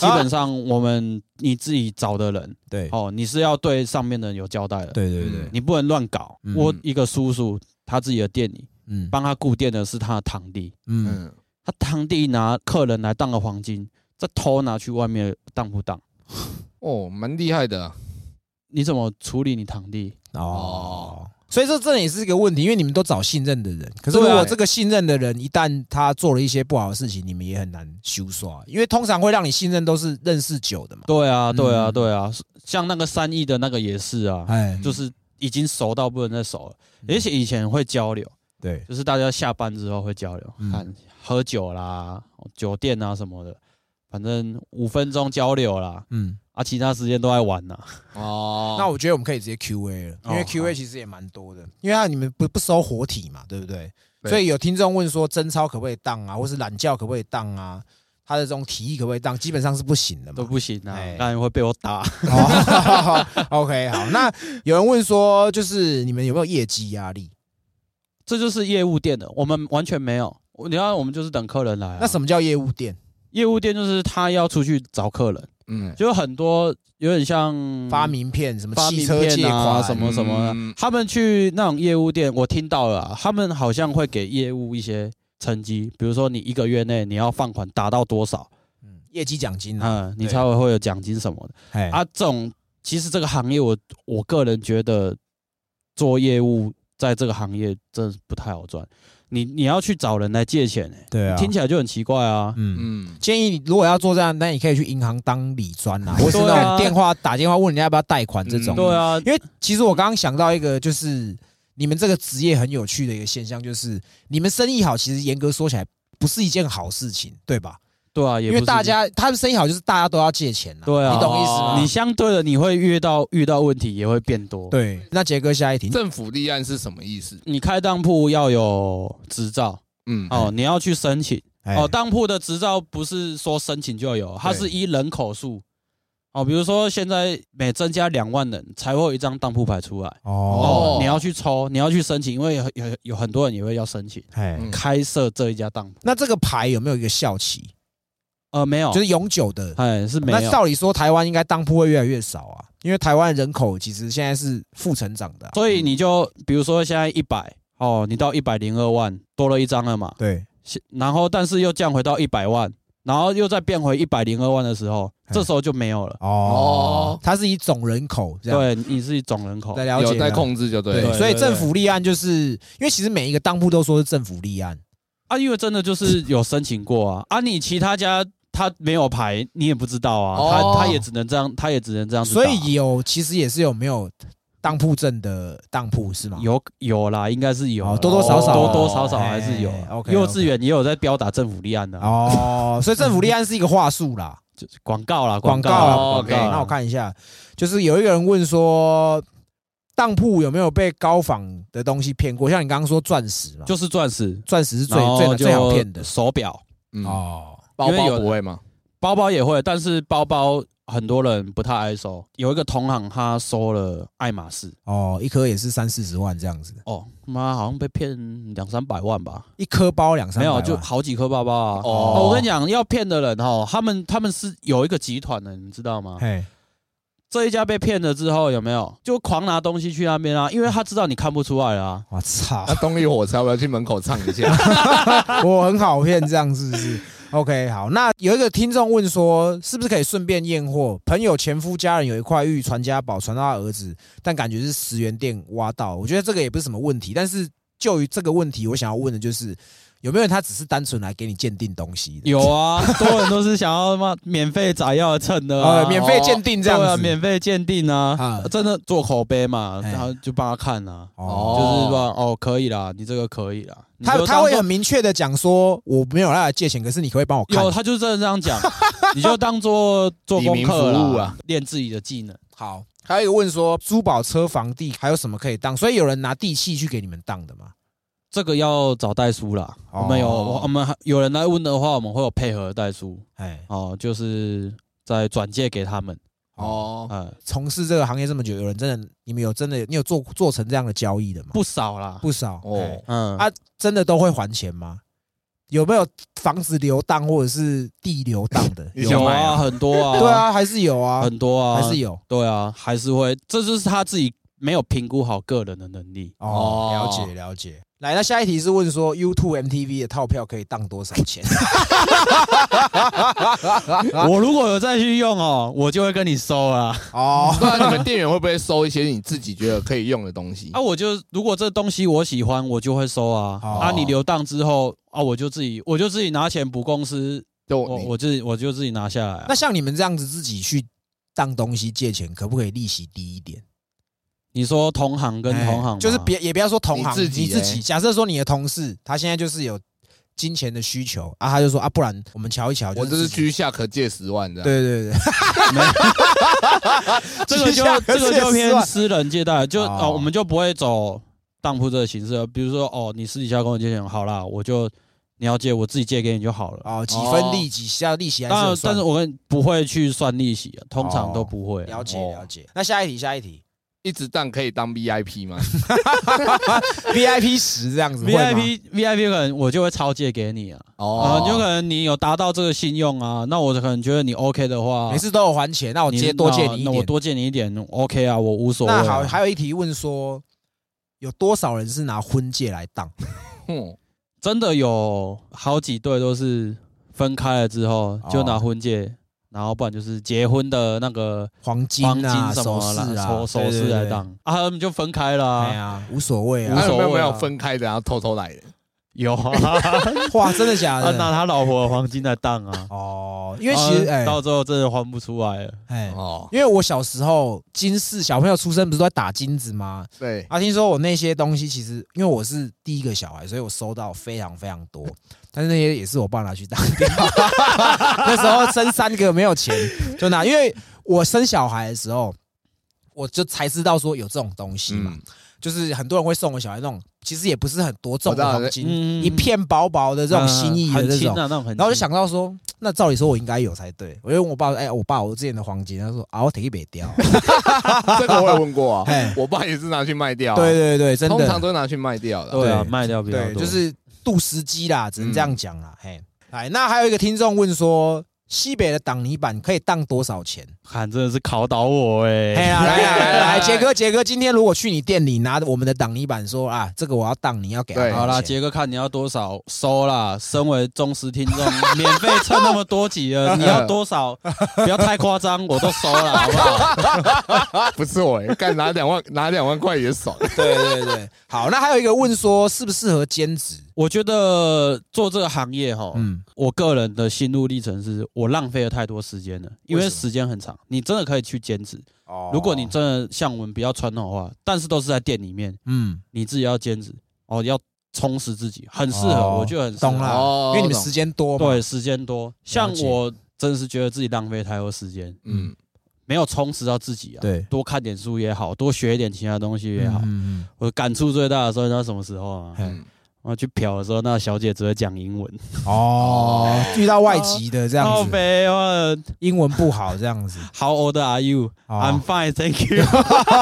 Speaker 3: 基本上我们你自己找的人
Speaker 1: 对
Speaker 3: 哦，你是要对上面的人有交代的。
Speaker 1: 对对对，
Speaker 3: 你不能乱搞。
Speaker 1: 嗯
Speaker 3: 我一个叔叔，他自己的店里
Speaker 1: 嗯
Speaker 3: 帮他顾店的是他的堂弟，
Speaker 1: 嗯，
Speaker 2: 嗯，
Speaker 3: 他堂弟拿客人来当个黄金，再偷拿去外面当铺当。
Speaker 2: 哦，蛮厉害的啊，
Speaker 3: 你怎么处理你堂弟？
Speaker 1: 哦
Speaker 2: 哦。
Speaker 1: 所以说这也是一个问题，因为你们都找信任的人，可是如
Speaker 2: 对啊
Speaker 1: 果这个信任的人一旦他做了一些不好的事情，你们也很难修刷，因为通常会让你信任都是认识久的嘛。
Speaker 3: 对啊，对啊，
Speaker 1: 嗯
Speaker 3: 对啊，像那个三亿的那个也是啊，
Speaker 1: 哎，
Speaker 3: 就是已经熟到不能再熟了，
Speaker 1: 嗯
Speaker 3: 而且以前会交流，
Speaker 1: 对，
Speaker 3: 就是大家下班之后会交流，
Speaker 1: 嗯
Speaker 3: 看喝酒啦、酒店啊什么的，反正五分钟交流啦，
Speaker 1: 嗯，
Speaker 3: 啊，其他时间都在玩呐。
Speaker 2: 哦，
Speaker 1: 那我觉得我们可以直接 Q A 了，因为
Speaker 3: 哦
Speaker 1: Q
Speaker 3: 好
Speaker 1: A 其实也蛮多的，因为他你们不不收活体嘛，对不对？
Speaker 2: 对
Speaker 1: 所以有听众问说，贞操可不可以当啊，或是懒觉可不可以当啊？他的这种提议可不可以当？基本上是不行的嘛，
Speaker 3: 都不行啊
Speaker 1: 哎，
Speaker 3: 当然会被我打。
Speaker 1: 哦 OK，好，那有人问说，就是你们有没有业绩压力？
Speaker 3: 这就是业务店的，我们完全没有。你看，我们就是等客人来、
Speaker 1: 那什
Speaker 3: 么？
Speaker 1: 么叫业务店？
Speaker 3: 业务店就是他要出去找客人，
Speaker 2: 嗯，
Speaker 3: 就有很多有点像
Speaker 1: 发名片、什么
Speaker 3: 嗯发
Speaker 1: 汽
Speaker 3: 名
Speaker 1: 车借
Speaker 3: 片
Speaker 1: 款、
Speaker 3: 啊，什么什么的、
Speaker 2: 嗯
Speaker 3: 他们去那种业务店，我听到了啊、他们好像会给业务一些成绩，比如说你一个月内你要放款达到多少，
Speaker 1: 嗯业绩奖金啊？
Speaker 3: 嗯，你
Speaker 1: 对
Speaker 3: 才会会有奖金什么的
Speaker 1: 哎，
Speaker 3: 啊。这种其实这个行业我，我个人觉得做业务在这个行业真的不太好赚。你你要去找人来借钱、欸，
Speaker 1: 对
Speaker 3: 听起来就很奇怪啊。
Speaker 1: 啊嗯。
Speaker 2: 嗯，
Speaker 1: 建议你如果要做这样，那你可以去银行当理专啊，或是那种
Speaker 3: 对啊
Speaker 1: 电话打电话问人家要不要贷款这种。
Speaker 2: 嗯
Speaker 3: 对啊，
Speaker 1: 因为其实我刚刚想到一个，就是你们这个职业很有趣的一个现象，就是你们生意好，其实严格说起来不是一件好事情，对吧？
Speaker 3: 对啊，也
Speaker 1: 因
Speaker 3: 不
Speaker 1: 为
Speaker 3: 是
Speaker 1: 大家他们生意好，就是大家都要借钱啦。
Speaker 3: 对啊
Speaker 1: 你懂意思
Speaker 2: 哦
Speaker 1: 吗？
Speaker 3: 你相对的，你会遇到遇到问题也会变多。，
Speaker 1: 对，那杰哥下一题。
Speaker 2: 政府立案是什么意思？
Speaker 3: 你开当铺要有执照
Speaker 2: 嗯，
Speaker 3: 哦，你要去申请
Speaker 1: 哎
Speaker 3: 哦。当铺的执照不是说申请就有，它
Speaker 1: 对
Speaker 3: 是依人口数哦，比如说现在每增加两万人才会有一张当铺牌出来
Speaker 1: 哦，
Speaker 3: 哦，你要去抽，你要去申请，因为有有有很多人也会要申请
Speaker 1: 哎，
Speaker 2: 嗯
Speaker 3: 开设这一家当铺。
Speaker 1: 那这个牌有没有一个效期？
Speaker 3: 呃，没有，
Speaker 1: 就是永久的。
Speaker 3: 哎是没
Speaker 1: 那
Speaker 3: 有。
Speaker 1: 照理说，台湾应该当铺会越来越少啊，因为台湾人口其实现在是负成长的啊。
Speaker 3: 所以你就比如说现在一百哦，你到一百零二万多了一张了嘛，
Speaker 1: 对，
Speaker 3: 现然后但是又降回到一百万，然后又再变回一百零二万的时候，
Speaker 1: 嗯
Speaker 3: 这时候就没有了。
Speaker 1: 哦，它是以总人口这样。
Speaker 3: 对，你是一总人口
Speaker 1: 对，，了解
Speaker 2: 有在
Speaker 1: 了
Speaker 2: 控制就对
Speaker 1: 对，
Speaker 2: 了，
Speaker 3: 对
Speaker 1: 所以
Speaker 3: 对
Speaker 1: 政府立案就是因为其实每一个当铺都说是政府立案，
Speaker 3: 啊，因为真的就是有申请过啊，啊，你其他家他没有牌，你也不知道啊，
Speaker 2: 哦
Speaker 3: 他他也只能这样，他也只能这样子打
Speaker 1: 所
Speaker 3: 啊、
Speaker 1: 以有其实也是有没有当铺证的当铺是吗？
Speaker 3: 有有啦，应该是有啦、
Speaker 1: 哦多多少
Speaker 2: 少
Speaker 3: 多多少少还是有
Speaker 1: 哎
Speaker 3: 啊。
Speaker 1: ，OK，OK
Speaker 3: 幼稚园也有在标打政府立案的、啊，
Speaker 1: 哦，所以政府立案是一个话术啦，
Speaker 3: 就是广告啦，
Speaker 1: 广告
Speaker 3: 告
Speaker 1: 啦。
Speaker 3: 啦，
Speaker 2: 哦
Speaker 3: 广
Speaker 1: 广
Speaker 2: ，OK，
Speaker 1: 告
Speaker 3: 告啦。
Speaker 1: 那我看一下，就是有一个人问说，当铺有没有被高仿的东西骗过？像你刚刚说钻石嘛，就
Speaker 3: 就是钻石，
Speaker 1: 钻石是最
Speaker 3: 然后
Speaker 1: 最最好
Speaker 3: 就
Speaker 1: 骗的
Speaker 3: 手表、
Speaker 2: 嗯，
Speaker 1: 哦。
Speaker 2: 包
Speaker 3: 因为
Speaker 2: 包
Speaker 3: 有
Speaker 2: 不会吗？
Speaker 3: 包包也会，但是包包很多人不太爱收。有一个同行他收了爱马仕，
Speaker 1: 哦，一颗也是三四十万这样子，
Speaker 3: 哦，妈好像被骗两三百万吧。
Speaker 1: 一颗包两三
Speaker 3: 没
Speaker 1: 百
Speaker 3: 有，
Speaker 1: 万，
Speaker 3: 就好几颗包包啊！
Speaker 2: 哦
Speaker 3: 我跟你讲，要骗的人哦，他们他们是有一个集团的，你知道吗？
Speaker 1: 嘿，
Speaker 3: 这一家被骗了之后，有没有就狂拿东西去那边啊？因为他知道你看不出来啊。
Speaker 1: 我操
Speaker 2: 那，动力火车要不要去门口唱一下？
Speaker 1: 我很好骗，这样是不是？OK，好，那有一个听众问说，是不是可以顺便验货？朋友前夫家人有一块玉传家宝传到他儿子，但感觉是十元店挖到，我觉得这个也不是什么问题。但是就于这个问题，我想要问的就是，有没有人他只是单纯来给你鉴定东西的？
Speaker 3: 有啊，多人都是想要他妈免费砸药蹭的 啊，
Speaker 1: 呃，免费鉴定这样
Speaker 3: 对啊，
Speaker 1: 子，
Speaker 3: 免费鉴定啊
Speaker 1: 啊，
Speaker 3: 真的做口碑嘛，
Speaker 1: 哎
Speaker 3: 然后就帮他看啊，就
Speaker 1: 哦。
Speaker 3: 是说哦可以啦，你这个可以啦，你
Speaker 1: 他
Speaker 3: 就
Speaker 1: 他会
Speaker 3: 当
Speaker 1: 很明确的讲说，我没有要来借钱，可是你可不可以帮我
Speaker 3: 作
Speaker 1: 看
Speaker 3: 有，？他就真的这 样讲，你就当做做功课
Speaker 2: 以民服务
Speaker 3: 啦
Speaker 2: 啊，
Speaker 3: 练自己的技能。
Speaker 1: 好，还有一个问说，珠宝、车、房地还有什么可以当？所以有人拿地契去给你们当的吗？
Speaker 3: 这个要找代书啦，
Speaker 1: 哦
Speaker 3: 我们有我们还有人来问的话，我们会有配合代书
Speaker 1: 哎，
Speaker 3: 哦，就是再转借给他们，
Speaker 2: 哦，
Speaker 3: 呃，
Speaker 1: 从事这个行业这么久，有人真的，你们有真的，你有做做成这样的交易的吗？
Speaker 3: 不少啦，
Speaker 1: 不少
Speaker 2: 哦？
Speaker 1: 哦，
Speaker 3: 嗯
Speaker 1: 啊真的都会还钱吗？有没有房子留档或者是地留档的
Speaker 2: 你
Speaker 1: 有
Speaker 2: 想
Speaker 3: 有
Speaker 1: 吗
Speaker 2: 买啊
Speaker 3: 啊，很多 啊，
Speaker 1: 对，啊，还是有啊，
Speaker 3: 很多啊，
Speaker 1: 还是有
Speaker 3: 对啊，还是会，这就是他自己没有评估好个人的能力。
Speaker 1: 哦
Speaker 2: 哦。
Speaker 1: 了解了解。来，那下一题是问说 YouTube MTV 的套票可以当多少钱？啊
Speaker 3: 我如果有再去用哦，我就会跟你收啊。
Speaker 1: 哦，
Speaker 2: 不然你们店员会不会收一些你自己觉得可以用的东西
Speaker 3: 啊，？我就如果这东西我喜欢，我就会收啊。
Speaker 1: 好
Speaker 3: 啊，你留档之后啊，我就自己我就自己拿钱补公司，
Speaker 2: 就
Speaker 3: 我
Speaker 2: 你
Speaker 3: 我自己我就自己拿下来啊、
Speaker 1: 那像你们这样子自己去当东西借钱，可不可以利息低一点？
Speaker 3: 你说同行跟同行吗、
Speaker 1: 哎就是别也不要说同行，
Speaker 2: 你自己
Speaker 1: 你自
Speaker 2: 欸
Speaker 3: 哎
Speaker 1: 己。假设说你的同事他现在就是有金钱的需求啊，他就说啊，不然我们瞧一瞧，就
Speaker 2: 我这是
Speaker 1: 自己
Speaker 2: 居下可借十万这样。
Speaker 1: 对对对，
Speaker 3: 这个就这个就偏哦私人借贷，就
Speaker 1: 哦
Speaker 3: 哦，我们就不会走当铺这个形式了。比如说哦，你私底下跟我借钱，好啦，我就你要借，我自己借给你就好了。
Speaker 1: 哦，几分利几下利息还
Speaker 3: 当
Speaker 1: 是有
Speaker 3: 然，
Speaker 1: 算
Speaker 3: 但是我们不会去算利息、啊，通常都不会、啊。
Speaker 1: 了解
Speaker 2: 哦
Speaker 1: 了解。那下一题，下一题
Speaker 2: 一直当可以当 VIP 吗？
Speaker 1: ，VIP 十这样子会吗哦
Speaker 3: VIP VIP 可能我就会超借给你啊，
Speaker 2: 哦
Speaker 3: 啊、有可能你有达到这个信用啊，那我可能觉得你 OK 的话，
Speaker 1: 每次都有还钱，那我直
Speaker 3: 你
Speaker 1: 接多借你一
Speaker 3: 那我
Speaker 1: 点。
Speaker 3: 多借你一点 OK 啊，我无所谓、啊。
Speaker 1: 那好，还有一题问说，有多少人是拿婚戒来当？
Speaker 2: 哼
Speaker 3: 真的有好几对都是分开了之后
Speaker 1: 哦
Speaker 3: 就拿婚戒，然后不然就是结婚的那个
Speaker 1: 黄金
Speaker 3: 黄金
Speaker 1: 啊，
Speaker 3: 什
Speaker 1: 首
Speaker 3: 么
Speaker 1: 饰
Speaker 3: 啦，
Speaker 1: 啊，
Speaker 3: 首首饰来当啊，他们就分开了、
Speaker 1: 对对对。哎
Speaker 3: 啊。
Speaker 1: 呀，无所谓
Speaker 3: 无
Speaker 1: 啊
Speaker 2: 那。有没
Speaker 3: 所谓啊
Speaker 2: 有没有分开的，然后偷偷来的？
Speaker 3: 有啊，
Speaker 1: 哎 哇，真的假
Speaker 3: 他
Speaker 1: 的？
Speaker 3: 拿他老婆的黄金来当啊，
Speaker 1: 哦，因为其实
Speaker 3: 啊
Speaker 1: 哎
Speaker 3: 到最后真的还不出来了。
Speaker 1: 哎，
Speaker 2: 哦，
Speaker 1: 因为我小时候金饰小朋友出生不是都在打金子吗？
Speaker 2: 对，
Speaker 1: 啊，听说我那些东西，其实因为我是第一个小孩，所以我收到非常非常多，但是那些也是我爸拿去当掉。 那时候生三个没有钱，就拿，因为我生小孩的时候，我就才知道说有这种东西嘛，
Speaker 2: 嗯，
Speaker 1: 就是很多人会送我小孩那种，其实也不是很多重
Speaker 2: 我知
Speaker 1: 的
Speaker 2: 道
Speaker 1: 黄金，
Speaker 3: 嗯
Speaker 1: 一片薄薄的这种心意的
Speaker 3: 很
Speaker 1: 这
Speaker 3: 轻
Speaker 1: 种
Speaker 3: 啊，，那种很
Speaker 1: 然
Speaker 3: 轻。
Speaker 1: 后我就想到说，那照理说我应该有才对，我就问我爸，哎、我爸我之前的黄金，他说啊，我提没掉。
Speaker 2: 这个我也问过
Speaker 1: 哎
Speaker 2: 啊，我爸也是拿去卖掉啊，
Speaker 1: 对对对，真的，
Speaker 2: 通常都拿去卖掉的啊。
Speaker 3: 对啊，
Speaker 1: 对
Speaker 3: 卖掉比较
Speaker 1: 对，
Speaker 3: 多，嗯
Speaker 1: 就是杜司机啦，只能这样讲啦。嘿，来，那还有一个听众问说，西北的挡泥板可以当多少钱？
Speaker 3: 看真的是考倒我哎、
Speaker 1: 哎呀，来呀来
Speaker 2: 来来
Speaker 1: 来，
Speaker 2: 来
Speaker 1: 杰哥杰哥，今天如果去你店里拿我们的挡泥板说啊，这个我要当，你要给他多
Speaker 2: 对
Speaker 1: 少钱。
Speaker 3: 好啦，杰哥，看你要多少收啦。身为忠实听众，免费蹭那么多集 了，你要多少？不要太夸张，我都收了， 好不好？
Speaker 2: 不是我、欸，干拿两万拿两万块也爽。
Speaker 1: 对对对，好，那还有一个问说适不适合兼职？
Speaker 3: 我觉得做这个行业哈，
Speaker 1: 嗯，
Speaker 3: 我个人的心路历程是我浪费了太多时间了，因
Speaker 1: 为
Speaker 3: 为
Speaker 1: 什么
Speaker 3: 时间很长，你真的可以去兼职。
Speaker 1: 哦
Speaker 3: 如果你真的像我们比较传统的话，但是都是在店里面，
Speaker 1: 嗯
Speaker 3: 你自己要兼职哦，要充实自己，很适合，
Speaker 1: 哦
Speaker 3: 我觉得很适合
Speaker 1: 懂啦，
Speaker 2: 哦
Speaker 1: 因为你们
Speaker 2: 懂
Speaker 1: 时间多嘛，
Speaker 3: 对，时间多，像
Speaker 1: 解
Speaker 3: 我真的是觉得自己浪费太多时间，
Speaker 2: 嗯，
Speaker 3: 没有充实到自己啊。
Speaker 1: 对
Speaker 3: 多看点书也好，多学一点其他东西也好。
Speaker 1: 嗯
Speaker 3: 我感触最大的时候，你知道什么时候吗？
Speaker 1: 嗯
Speaker 2: 嗯
Speaker 3: 我去嫖的时候，那小姐只会讲英文，
Speaker 1: 嗯哦，遇到外籍的这
Speaker 3: 好
Speaker 1: 样子，
Speaker 3: 肥哦
Speaker 1: 英文不好这样 子，
Speaker 3: ！How old are you?
Speaker 1: 哦
Speaker 3: I'm fine, thank you.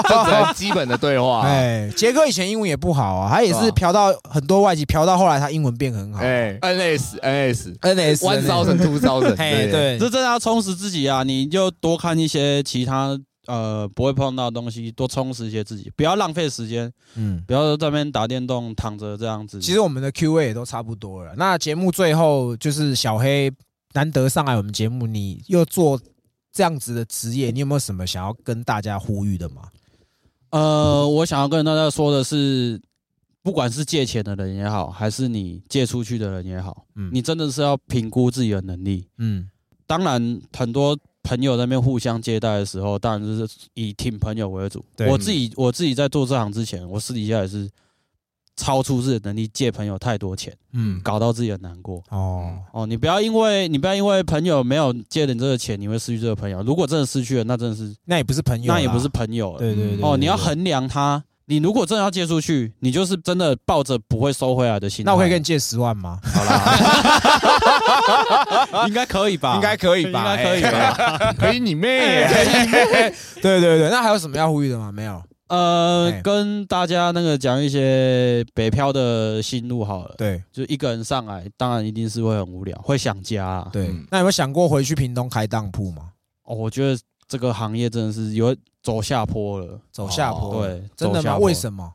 Speaker 2: 这才是基本的对话、哎
Speaker 1: 哎，杰哥以前英文也不好啊，他也
Speaker 2: 对
Speaker 1: 是
Speaker 2: 啊
Speaker 1: 嫖到很多外籍，嫖到后来他英文变很好
Speaker 2: 哎，NS NS
Speaker 1: ，NS
Speaker 2: one thousand two thousand，
Speaker 1: 哎，对，
Speaker 3: 这真的要充实自己啊！你就多看一些其他呃不会碰到的东西，多充实一些自己，不要浪费时间，
Speaker 1: 嗯。
Speaker 3: 不要在那边打电动躺着这样子。
Speaker 1: 其实我们的 Q&A 也都差不多了。那节目最后就是小黑难得上来我们节目，你又做这样子的职业，你有没有什么想要跟大家呼吁的吗？
Speaker 3: 呃，我想要跟大家说的是，不管是借钱的人也好，还是你借出去的人也好，
Speaker 1: 嗯
Speaker 3: 你真的是要评估自己的能力。
Speaker 1: 嗯
Speaker 3: 当然，很多朋友在那边互相借贷的时候，当然就是以挺朋友为主。
Speaker 1: 对
Speaker 3: 我自己我自己在做这行之前，我私底下也是超出自己的能力借朋友太多钱，
Speaker 1: 嗯，
Speaker 3: 搞到自己很难过。
Speaker 1: 哦，
Speaker 3: 哦，你不要因为你不要因为朋友没有借你这个钱，你会失去这个朋友。如果真的失去了，那真的是
Speaker 1: 那也不是朋友啦，
Speaker 3: 那也不是朋友了。
Speaker 1: 对对对对
Speaker 3: 哦，你要
Speaker 1: 对
Speaker 3: 衡量它。你如果真的要借出去，你就是真的抱着不会收回来的心态。
Speaker 1: 那我可以跟你借十万吗？
Speaker 3: 好啦， 应该可以吧？
Speaker 1: 啊可
Speaker 3: 应该可以？吧？
Speaker 2: 可以你妹！
Speaker 1: 对对对，那还有什么要呼吁的吗？没有。
Speaker 3: 呃
Speaker 1: 哎，
Speaker 3: 跟大家那个讲一些北漂的心路好了。
Speaker 1: 对
Speaker 3: 就一个人上来，当然一定是会很无聊，会想家啊。
Speaker 1: 对
Speaker 2: 嗯，
Speaker 1: 那有没有想过回去屏东开当铺吗？
Speaker 3: 哦，我觉得这个行业真的是有走下坡了。
Speaker 1: 走下坡，
Speaker 3: 哦对，
Speaker 1: 真的
Speaker 3: 走下
Speaker 1: 吗？
Speaker 3: 坡
Speaker 1: 为什么？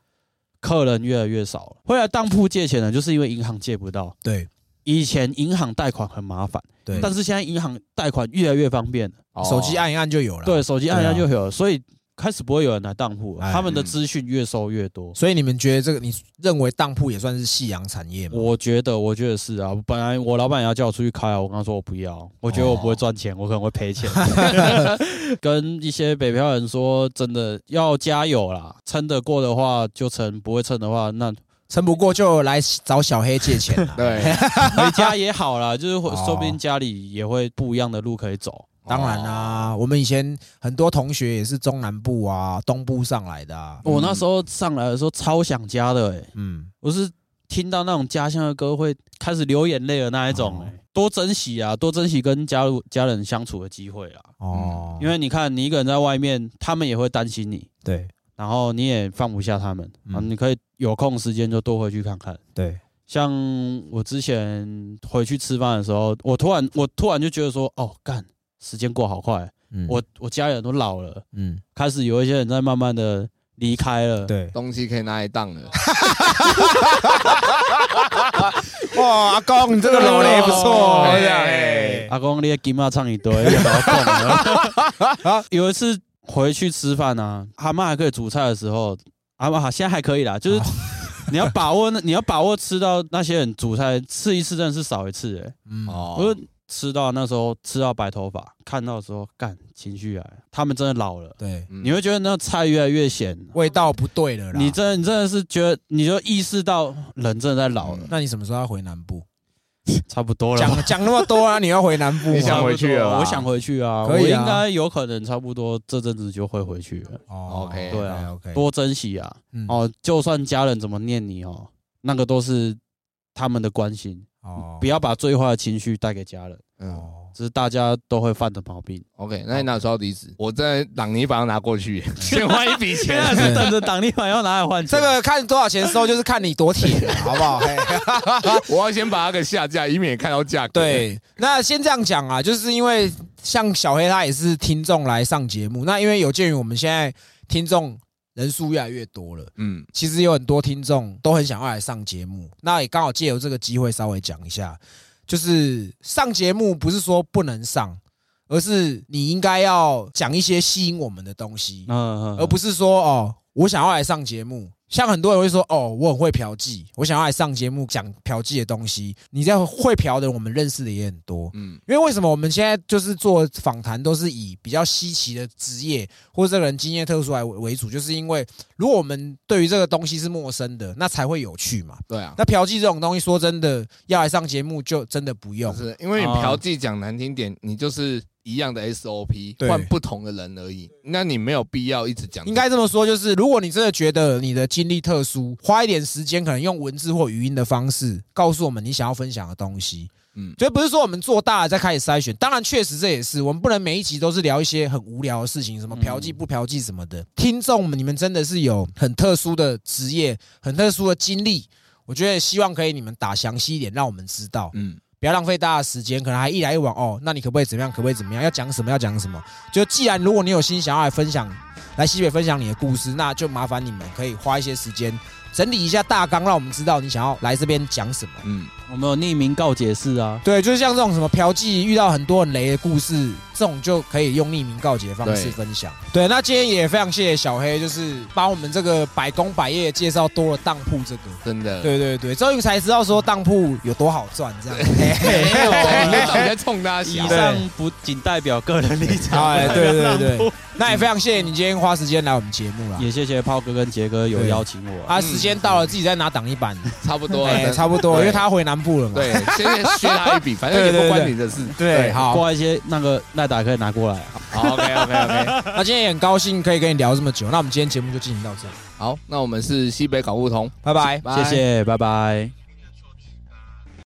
Speaker 3: 客人越来越少了？会来当铺借钱呢，就是因为银行借不到。
Speaker 1: 对
Speaker 3: 以前银行贷款很麻烦，
Speaker 1: 对，
Speaker 3: 但是现在银行贷款越来越方便了，
Speaker 2: 哦
Speaker 1: 手机按一按就有了。
Speaker 3: 哦对，，手机按一下
Speaker 1: 对啊
Speaker 3: 就有了，所以开始不会有人来当铺了，
Speaker 1: 哎
Speaker 3: 他们的
Speaker 2: 嗯。
Speaker 3: 资讯越收越多。
Speaker 1: 所以你们觉得这个，你认为当铺也算是夕阳产业吗？
Speaker 3: 我觉得，我觉得是啊。本来我老板也要叫我出去开啊，我跟他说我不要，我觉得我
Speaker 1: 哦
Speaker 3: 不会赚钱，我可能会 赔钱。 跟一些北漂人说，真的要加油啦，撑得过的话就撑，不会撑的话，那
Speaker 1: 撑不过就来找小黑借钱啊啦
Speaker 2: 对，
Speaker 3: 回家也好啦， 就是会
Speaker 1: 哦
Speaker 3: 说不定家里也会不一样的路可以走。
Speaker 1: 当然
Speaker 2: 哦
Speaker 1: 啦、我们以前很多同学也是中南部啊、东部上来的啊。
Speaker 3: 我那时候上来的时候超想家的、欸，
Speaker 1: 嗯，
Speaker 3: 我是听到那种家乡的歌会开始流眼泪的那一种、欸，
Speaker 1: 哦
Speaker 3: 多珍惜啊，多珍惜跟家入家人相处的机会啊，
Speaker 1: 哦，
Speaker 3: 因为你看你一个人在外面，他们也会担心你，
Speaker 1: 对
Speaker 3: 然后你也放不下他们，
Speaker 1: 嗯
Speaker 3: 啊，你可以有空时间就多回去看看。
Speaker 1: 对，
Speaker 3: 像我之前回去吃饭的时候，我突然我突然就觉得说，哦，干，时间过好快，
Speaker 1: 嗯
Speaker 3: 我我家人都老了，
Speaker 1: 嗯
Speaker 3: 开始有一些人在慢慢的离开了。，
Speaker 1: 对，
Speaker 2: 东西可以拿来当了。
Speaker 1: 哇，阿公你这个老的也不错，
Speaker 2: 哎呀
Speaker 1: 哎，
Speaker 3: 阿公你的金马唱 一堆，又老懂了。有一次回去吃饭啊，阿妈还可以煮菜的时候，阿妈现在还可以啦，就是
Speaker 1: 哦
Speaker 3: 你要把握那，你要把握吃到那些人煮菜，吃一次真的是少一次、欸。
Speaker 1: 嗯，
Speaker 3: 我
Speaker 2: 哦，
Speaker 3: 就吃到那时候吃到白头发，看到的时候干情绪来了，他们真的老了，
Speaker 1: 对，
Speaker 2: 嗯
Speaker 3: 你会觉得那菜越来越咸。
Speaker 1: 味道不嗯对了啦。
Speaker 3: 你真的你真的是觉得，你就意识到人真的在老了，
Speaker 1: 那你什么时候要回南部？
Speaker 3: 差不多了。
Speaker 1: 讲讲那么多啊，你要回南部
Speaker 2: 你
Speaker 1: 吗
Speaker 2: 想？回去了吧
Speaker 3: 我想回去啊，
Speaker 1: 可
Speaker 3: 我
Speaker 1: 以啊
Speaker 3: 应该有可能差不多这阵子就会回去了。
Speaker 1: 哦
Speaker 2: OK，
Speaker 3: 对啊
Speaker 1: ，OK，
Speaker 3: 多珍惜啊！
Speaker 1: 嗯
Speaker 3: 哦，就算家人怎么念你哦，那个都是他们的关心，
Speaker 1: 哦
Speaker 3: 不要把最坏的情绪带给家人，
Speaker 2: 嗯，
Speaker 1: 哦
Speaker 3: 这是大家都会犯的毛 病。
Speaker 2: OK，那你哪时候离职？我在朗尼房拿过 去，先换一笔
Speaker 3: 现
Speaker 2: 钱。
Speaker 3: 在哎是等着党立版要拿来换钱
Speaker 1: 这个看多少钱收，就是看你多铁了，好不好？嘿
Speaker 2: 我要先把它给下架，以免看到价格。，
Speaker 1: 对，那先这样讲啊，就是因为像小黑他也是听众来上节目，那因为有鉴于我们现在听众人数越来越多了，
Speaker 2: 嗯，
Speaker 1: 其实有很多听众都很想要来上节目，那也刚好借由这个机会稍微讲一下，就是上节目不是说不能上，而是你应该要讲一些吸引我们的东西，
Speaker 3: 嗯，嗯
Speaker 1: 而不是说哦，我想要来上节目。像很多人会说哦，我很会嫖妓，我想要来上节目讲嫖妓的东西。你这样会嫖的人，我们认识的也很多。
Speaker 2: 嗯，
Speaker 1: 因为为什么我们现在就是做访谈，都是以比较稀奇的职业或者这个人经验特殊来为为主，就是因为如果我们对于这个东西是陌生的，那才会有趣嘛。
Speaker 2: 对啊，
Speaker 1: 那嫖妓这种东西，说真的，要来上节目就真的不
Speaker 2: 就
Speaker 1: 用。
Speaker 2: 是因为你
Speaker 3: 哦
Speaker 2: 嫖妓讲难听点，你就是一样的 SOP，
Speaker 1: 哦对
Speaker 2: 换不同的人而已。那你没有必要一直讲。
Speaker 1: 应该这么说，就是如果你真的觉得你的经历特殊，花一点时间，可能用文字或语音的方式告诉我们你想要分享的东西。嗯
Speaker 2: 嗯，
Speaker 1: 所以不是说我们做大了再开始筛选，当然确实这也是我们不能每一集都是聊一些很无聊的事情，什么嫖妓不嫖妓什么
Speaker 2: 嗯
Speaker 1: 的。听众们，你们真的是有很特殊的职业、很特殊的经历，我觉得希望可以你们打详细一点，让我们知道。
Speaker 2: 嗯，
Speaker 1: 不要浪费大家的时间，可能还一来一往哦。那你可不可以怎么样？可不可以怎么样？要讲什么？要讲什么？就既然如果你有心想要来分享，来西北分享你的故事，那就麻烦你们可以花一些时间整理一下大纲，让我们知道你想要来这边讲什么。
Speaker 2: 嗯，
Speaker 3: 我们有匿名告解释啊，
Speaker 1: 对，就是像这种什么嫖妓遇到很多很雷的故事，这种就可以用匿名告解的方式
Speaker 2: 对
Speaker 1: 分享。对，那今天也非常谢谢小黑，就是把我们这个百工百业介绍多了当铺这个。
Speaker 2: 真的。
Speaker 1: 对对对，终于才知道说当铺有多好赚，这样。 嘿嘿嘿
Speaker 3: 没有啊
Speaker 2: 哦你到底在冲他
Speaker 3: 以
Speaker 2: 笑？
Speaker 3: 上不仅代表个人立 场，
Speaker 1: 哎
Speaker 3: 不代表
Speaker 1: 对对对
Speaker 3: 党部，
Speaker 1: 那也非常谢谢你今天花时间来我们节目啦。
Speaker 3: 也谢谢炮哥跟杰哥有
Speaker 1: 对
Speaker 3: 邀请我啊，
Speaker 1: 啊，时间到了，自己再拿挡一板，
Speaker 2: 差不多
Speaker 1: 哎，
Speaker 2: 了，
Speaker 1: 差不多，
Speaker 2: 对
Speaker 1: 因为他要回南部了嘛。
Speaker 2: 对，先削 他一笔，反正也不关你的事。
Speaker 1: 对，好，
Speaker 3: 挂一些那个耐打可以拿过来啊。
Speaker 2: 好，OK OK OK，
Speaker 1: 那今天也很高兴可以跟你聊这么久，那我们今天节目就进行到这，
Speaker 2: 好，那我们是西北搞不同，
Speaker 1: 拜拜。
Speaker 2: 拜
Speaker 3: 谢谢，拜拜。